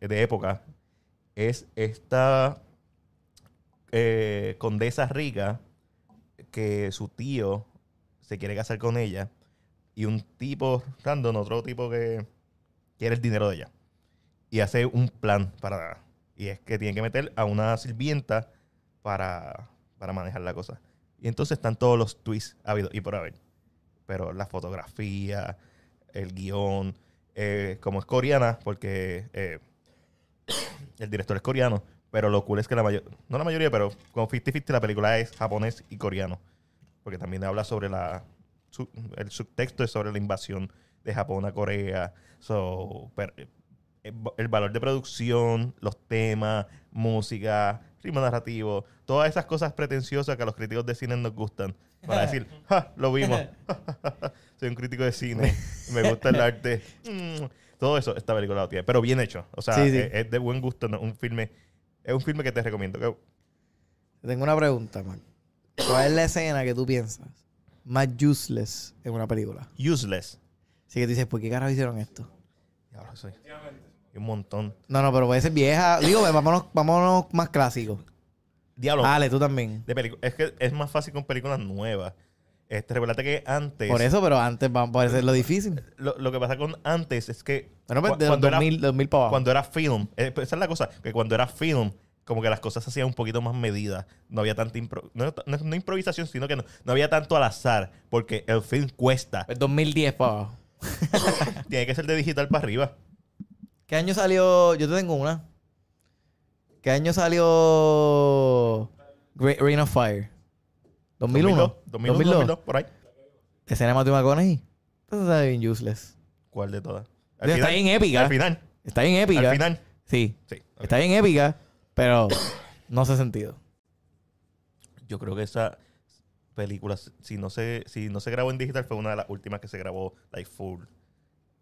de época. Es esta eh, condesa rica que su tío se quiere casar con ella. Y un tipo random, otro tipo que quiere el dinero de ella. Y hace un plan para. Y es que tiene que meter a una sirvienta para, para manejar la cosa. Y entonces están todos los twists habidos y por haber. Pero la fotografía, el guión, eh, como es coreana, porque eh, el director es coreano, pero lo cool es que la mayoría, no la mayoría, pero con 50-50 la película es japonés y coreano. Porque también habla sobre la. su- el subtexto es sobre la invasión de Japón a Corea. So, pero, eh, el va- el valor de producción, los temas, música, ritmo narrativo, todas esas cosas pretenciosas que a los críticos de cine nos gustan. Para decir, "Ja, lo vimos. Soy un crítico de cine. Me gusta el arte. Mm, Todo eso, esta película lo tiene, pero bien hecho. O sea, Sí, sí. Es, es de buen gusto. ¿no? Un filme, es un filme que te recomiendo. que- Tengo una pregunta, man. ¿Cuál es la escena que tú piensas más useless en una película? Useless. Así que tú dices, ¿por qué carajo hicieron esto? Diablo, soy. Un montón. No, no, pero puede ser vieja. Digo, pues, vámonos, vámonos más clásico. Diablo. Dale, tú también. de pelicu- es que es más fácil con películas nuevas. Este, recuérdate que antes. Por eso, pero antes va a parecer lo difícil. Lo, lo que pasa con antes es que. Bueno, pues cu- de los cuando era- 2000, 2000 para abajo. cuando era film, eh, pues esa es la cosa, que cuando era film, como que las cosas se hacían un poquito más medidas. No había tanta impro- no, no- no improvisación, sino que no, no había tanto al azar, porque el film cuesta. Pues 2010 para abajo. Tiene que ser de digital para arriba. ¿Qué año salió? Yo te tengo una. ¿Qué año salió Great Rain of Fire? ¿2001? 2002, 2002, 2002, por ahí. ¿Escena de Matthew McConaughey? Eso está bien useless. ¿Cuál de todas? Al Está bien épica. Al final. Está bien épica. Al final. Sí. Sí. ok. Está bien épica, pero no hace sentido. Yo creo que esa película, si no se, si no se grabó en digital, fue una de las últimas que se grabó like full. Eh,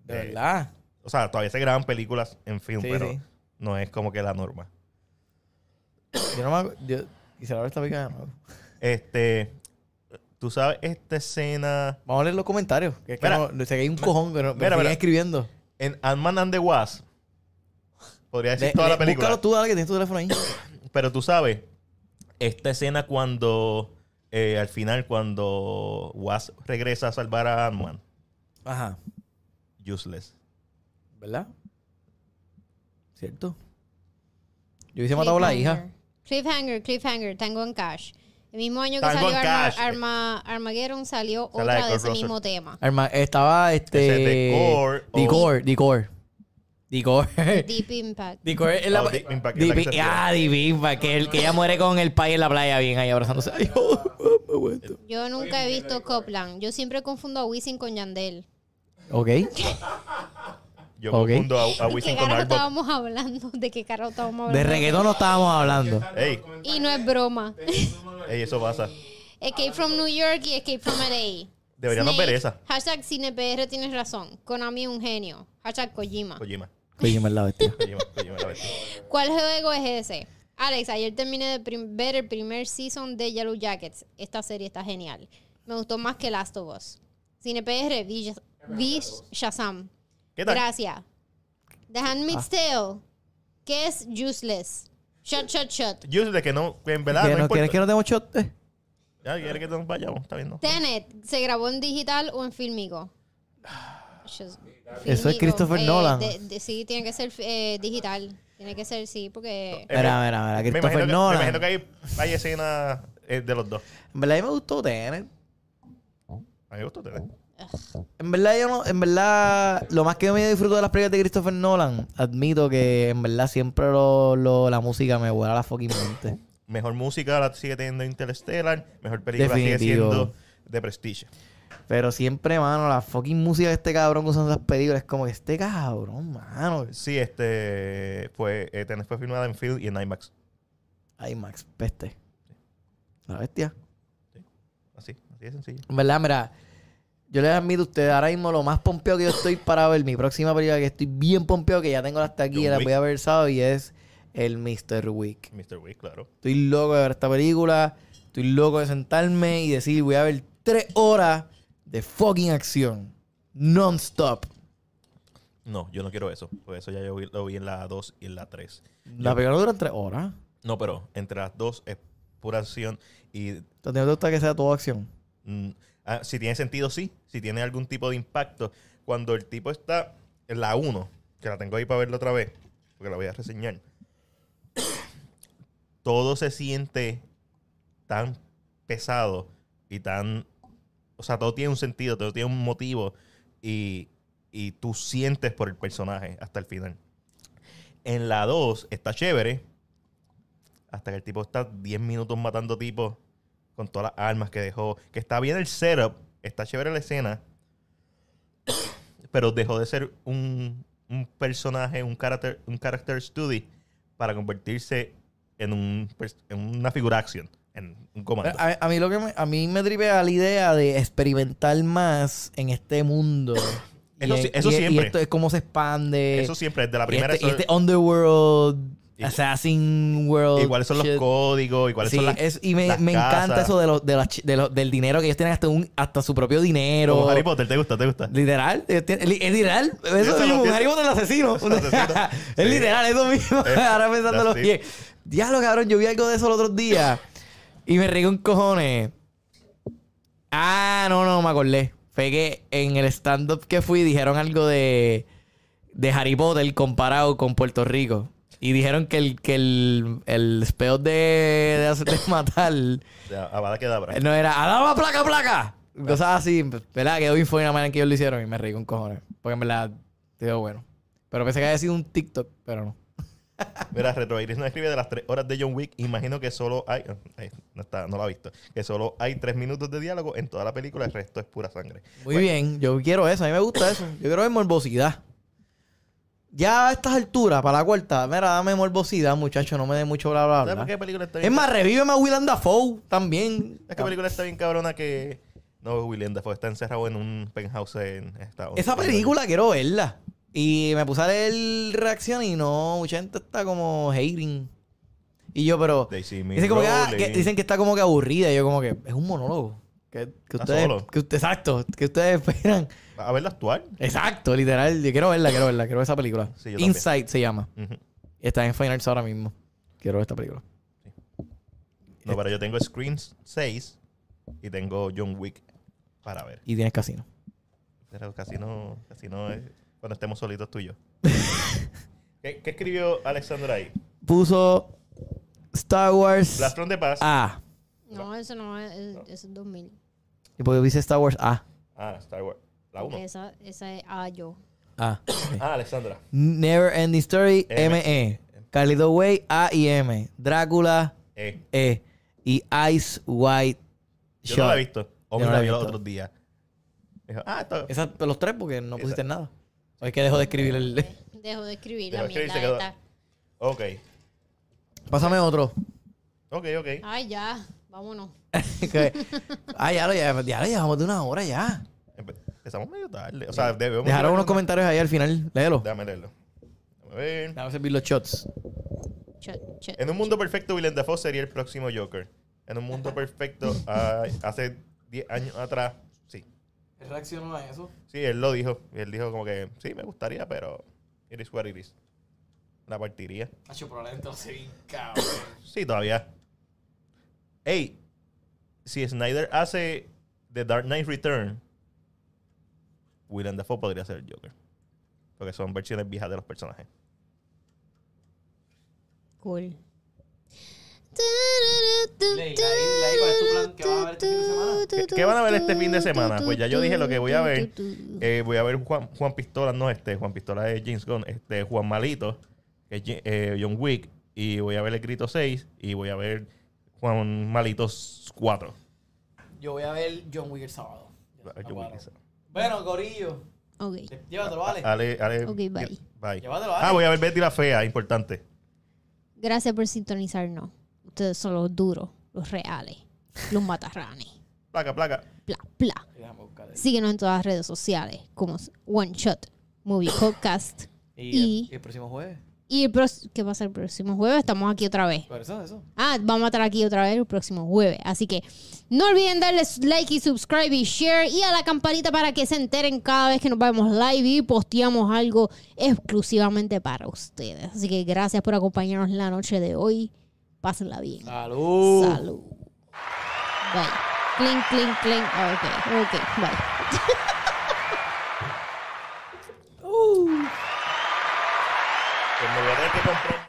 verdad? O sea, todavía se graban películas en film, Sí, pero sí. no es como que la norma. Yo no me acu- yo- Y se la esta pica de nuevo. Este, tú sabes esta escena Vamos a leer los comentarios. Que es que Mira. no- sé que hay un cojón, pero me Mira, siguen mira. escribiendo. en Ant-Man and the Wasp. Podría decir Le- toda le- la película. Búscalo tú, dale, que tienes tu teléfono ahí. Pero tú sabes, esta escena cuando, eh, al final, cuando Wasp regresa a salvar a Ant-Man, Ajá. useless. ¿Verdad? ¿Cierto? Yo hubiese matado a la hija. Cliffhanger, cliffhanger, Tango en Cash. El mismo año que Tango salió en Arma- Cash. Arma- Armageddon salió Esa es la otra de de Kurt ese Russell. mismo tema. Arma- estaba este. Ese de Core o- Decor, Decor. Decor. Deep Impact. Decor es la. Oh, Deep Impact, es la que Deep- se pierde. Ah, Deep Impact, que, el, que ella muere con el país en la playa bien ahí abrazándose. Ay, oh, oh, me aguanto. Yo nunca he visto Copland. Yo siempre confundo a Wisin con Yandel. Ok. Yo Ok. confundo a, a ¿De Wisin qué con carajo Arbok. estábamos hablando? ¿De qué carajo estábamos hablando? De reggaetón no estábamos hablando. Ey, Y no es broma. ey, eso pasa. Escape from New York y Escape from LA. Deberíamos Snake. ver esa, Hashtag CinePR tienes razón. Konami un genio. Hashtag Kojima. Kojima. Coño, me la bestia. Kojima, Kojima, la bestia. ¿Cuál juego es ese? Alex, ayer terminé de prim- ver el primer season de Yellow Jackets. Esta serie está genial. Me gustó más que Last of Us. CinePR, vi, Yas- vi Shazam. ¿Qué tal? Ah. Gracias. The Handmaid's Tale. ¿Qué es Useless? Shut, shut, shut. Yo sé de que no, que en verdad ¿Que no no- importa. ¿Quieres que no demos shot? eh? Ya, ¿quieres que nos vayamos? Está bien, ¿no? Eh, Tenet, ¿se grabó en digital o en filmico? Just- Eso es Filmico. Christopher Eh, Nolan. de- de- sí, tiene que ser eh, digital. Tiene que ser, sí, porque... Eh, Mira, mira, mira, Me Christopher imagino que, Nolan. me imagino que hay, hay escenas eh, de los dos. En verdad, a mí me gustó Tenet. A mí me gustó tener. En verdad, yo no, en verdad, lo más que yo me disfruto de las películas de Christopher Nolan, admito que en verdad siempre lo, lo- la música me vuela la fucking mente. Mejor música la sigue teniendo Interstellar. Mejor película sigue Definitivo. siendo The Prestige. Pero siempre, mano, la fucking música de este cabrón usando las películas es como que este cabrón, mano. Sí, este fue, eh, Tenet fue filmada en Field y en IMAX. Ay, Max, peste. La bestia. Así, así de sencillo. En verdad, mira, yo les admito a ustedes ahora mismo lo más pompeo que yo estoy para ver, mi próxima película que estoy bien pompeo, que ya tengo hasta aquí, John la Wick. voy a ver el sábado, y es el Mr. Wick. Mr. Wick, claro. Estoy loco de ver esta película. Estoy loco de sentarme y decir, voy a ver tres horas de fucking acción. Non-stop. No, yo no quiero eso. Por eso ya yo vi- lo vi en la 2 y en la 3. La película dura tres horas. No, pero entre las dos es pura acción. Y Entonces, ¿no te gusta que sea toda acción? mm, ah, si tiene sentido, sí. Si tiene algún tipo de impacto. Cuando el tipo está en la 1, que la tengo ahí para verla otra vez, porque la voy a reseñar. Todo se siente tan pesado y tan. O sea, todo tiene un sentido, todo tiene un motivo. Y, y tú sientes por el personaje hasta el final. En la 2 está chévere. Hasta que el tipo está 10 minutos matando tipos con todas las armas que dejó. Que está bien el setup, está chévere la escena. pero dejó de ser un, un personaje, un character, un character study para convertirse en, un, pers- en una figura de acción, en un comando. A, a mí lo que me, a mí me tripea la idea de experimentar más en este mundo. Y Eso es- sí- eso y es- Y siempre. esto es cómo se expande. Eso siempre, desde la Eh, Y primera. este, y eso- este Underworld, Y- Assassin World. y cuáles son los shit. códigos, y cuáles Sí, son las. es- y me, las me encanta casas. eso de los- de las chi- de los- del dinero que ellos tienen hasta un hasta su propio dinero. Como Harry Potter, ¿te gusta? ¿Te gusta? Literal, ellos tienen- li- es literal, eso Eso mismo, lo un pienso. Harry Potter el asesino. Es un asesino. Sí. es literal, eso mismo. Es- Ahora pensándolo that's it. bien. Diablo, cabrón, yo vi algo de eso el otro día y me reí con cojones. Ah, no, no, me acordé. Fue que en el stand-up que fui dijeron algo de, de Harry Potter comparado con Puerto Rico. Y dijeron que el, que el, el spell de, de, hacer- de matar Ya, Avada Kedavra. Pues no era ¡Adama, placa, placa! Cosas así, ¿verdad? Quedó bien fue la manera en que ellos lo hicieron y me reí con cojones. Porque en verdad, digo, bueno. Pero pensé que había sido un TikTok, pero no. Mira, Retroiris nos escribe de las tres horas de John Wick. Imagino que solo hay. ay, no, está, no lo ha visto. Que solo hay tres minutos de diálogo en toda la película. El resto es pura sangre. Muy bien, yo quiero eso, a mí me gusta eso. Yo quiero ver morbosidad. Ya a estas alturas, para la cuarta, mira, dame morbosidad, muchacho, no me dé mucho bla, bla, ¿Sabes bla. por qué película está bien? Es más, revíveme a Willem Dafoe también. ¿Sabes qué película está bien cabrona que. No, William Dafoe está encerrado en un penthouse en Estados Unidos. Esa película quiero verla. Y me puse a leer reacción y no, mucha gente está como hating. Y yo, pero... They see me Dicen, como que, ah, rolling. que- dicen que está como que aburrida. Y yo como que es un monólogo. Que, que Está ustedes, solo. que usted- exacto, que ustedes esperan. A verla actuar. Exacto, literal. Yo quiero verla, quiero verla, quiero ver esa película. Sí, yo también. Inside se llama. Ujú. Está en Final ahora mismo. Quiero ver esta película. No, pero yo tengo Screens 6 y tengo John Wick para ver. Y tienes casino. Pero casi no, casi no es cuando estemos solitos tú y yo. ¿Qué, qué escribió Alexander ahí? Puso Star Wars Ah. Blastrón de Paz. A. No, eso no es, es- eso es 2000. Y porque dice Star Wars A. Ah, Star Wars. La 1. Esa, esa es ah, yo. A. Ah, Alexandra. Never Ending Story, M. M-E. Carlito Way, A y M. Drácula, Eh, E. Y Ice White yo Shot. no la he visto. O Yo me no la la he vio los visto. otros días. Dijo, ah, está. Esa- los tres porque no pusiste nada. O es que dejó de escribir el... Dejo de escribir Dejo la de escribir, mierda se quedó. esta. Ok. Pásame otro. Ok, ok. Ay, ya. Vámonos. Que- ah, ya lo ya, ya lo llevamos de una hora ya. Empe- Empezamos medio tarde. O sea, debemos. Dejaron unos comentarios ahí al final. Léelo. Déjame leerlo. Déjame ver. Déjame servir los shots. Chat, chat. En un mundo perfecto, Willem Dafoe sería el próximo Joker. En un mundo perfecto, ah, hace 10 años atrás, sí. Él reaccionó a eso. Sí, él lo dijo. Él dijo como que, sí, me gustaría, pero it is what it is. La partiría. Hacho, probablemente va a ser bien cabrón. Sí, todavía. Ey, si Snyder hace The Dark Knight Return, Willem Dafoe podría ser el Joker. Porque son versiones viejas de los personajes. Cool. Leila, Leila, ¿cuál es tu plan? ¿Qué vas a ver este fin de semana? ¿Qué- qué van a ver este fin de semana? Pues ya yo dije lo que voy a ver. Eh, voy a ver Juan, Juan Pistola, no este, Juan Pistola es James Gunn, este Juan Malito, que es Ji- eh, John Wick, y voy a ver El Grito 6, y voy a ver Juan Malitos 4. Yo voy a ver John Wick el sábado. Voy a ver Ah, John Wick el sábado. Bueno, Gorillo, Ok. llévatelo, vale. Ale- Ale- Ok, bye. bye. Llévatelo, Ah, Ale. voy a ver Betty la Fea, importante. Gracias por sintonizarnos. Ustedes son los duros, los reales, los matarranes. Placa, placa. Bla, bla. Déjame buscar eso. Síguenos en todas las redes sociales como One Shot, Movie Podcast. Y, Y- el, y el próximo jueves. Y el próximo, ¿qué pasa el próximo jueves? Estamos aquí otra vez. Por eso, eso. Ah, vamos a estar aquí otra vez el próximo jueves. Así que no olviden darle like y subscribe y share y a la campanita para que se enteren cada vez que nos vemos live y posteamos algo exclusivamente para ustedes. Así que gracias por acompañarnos la noche de hoy. Pásenla bien. Salud. Salud. Bye. Clink, clink, clink. Ah, Ok, ok, bye. Pues me voy a tener que comprar.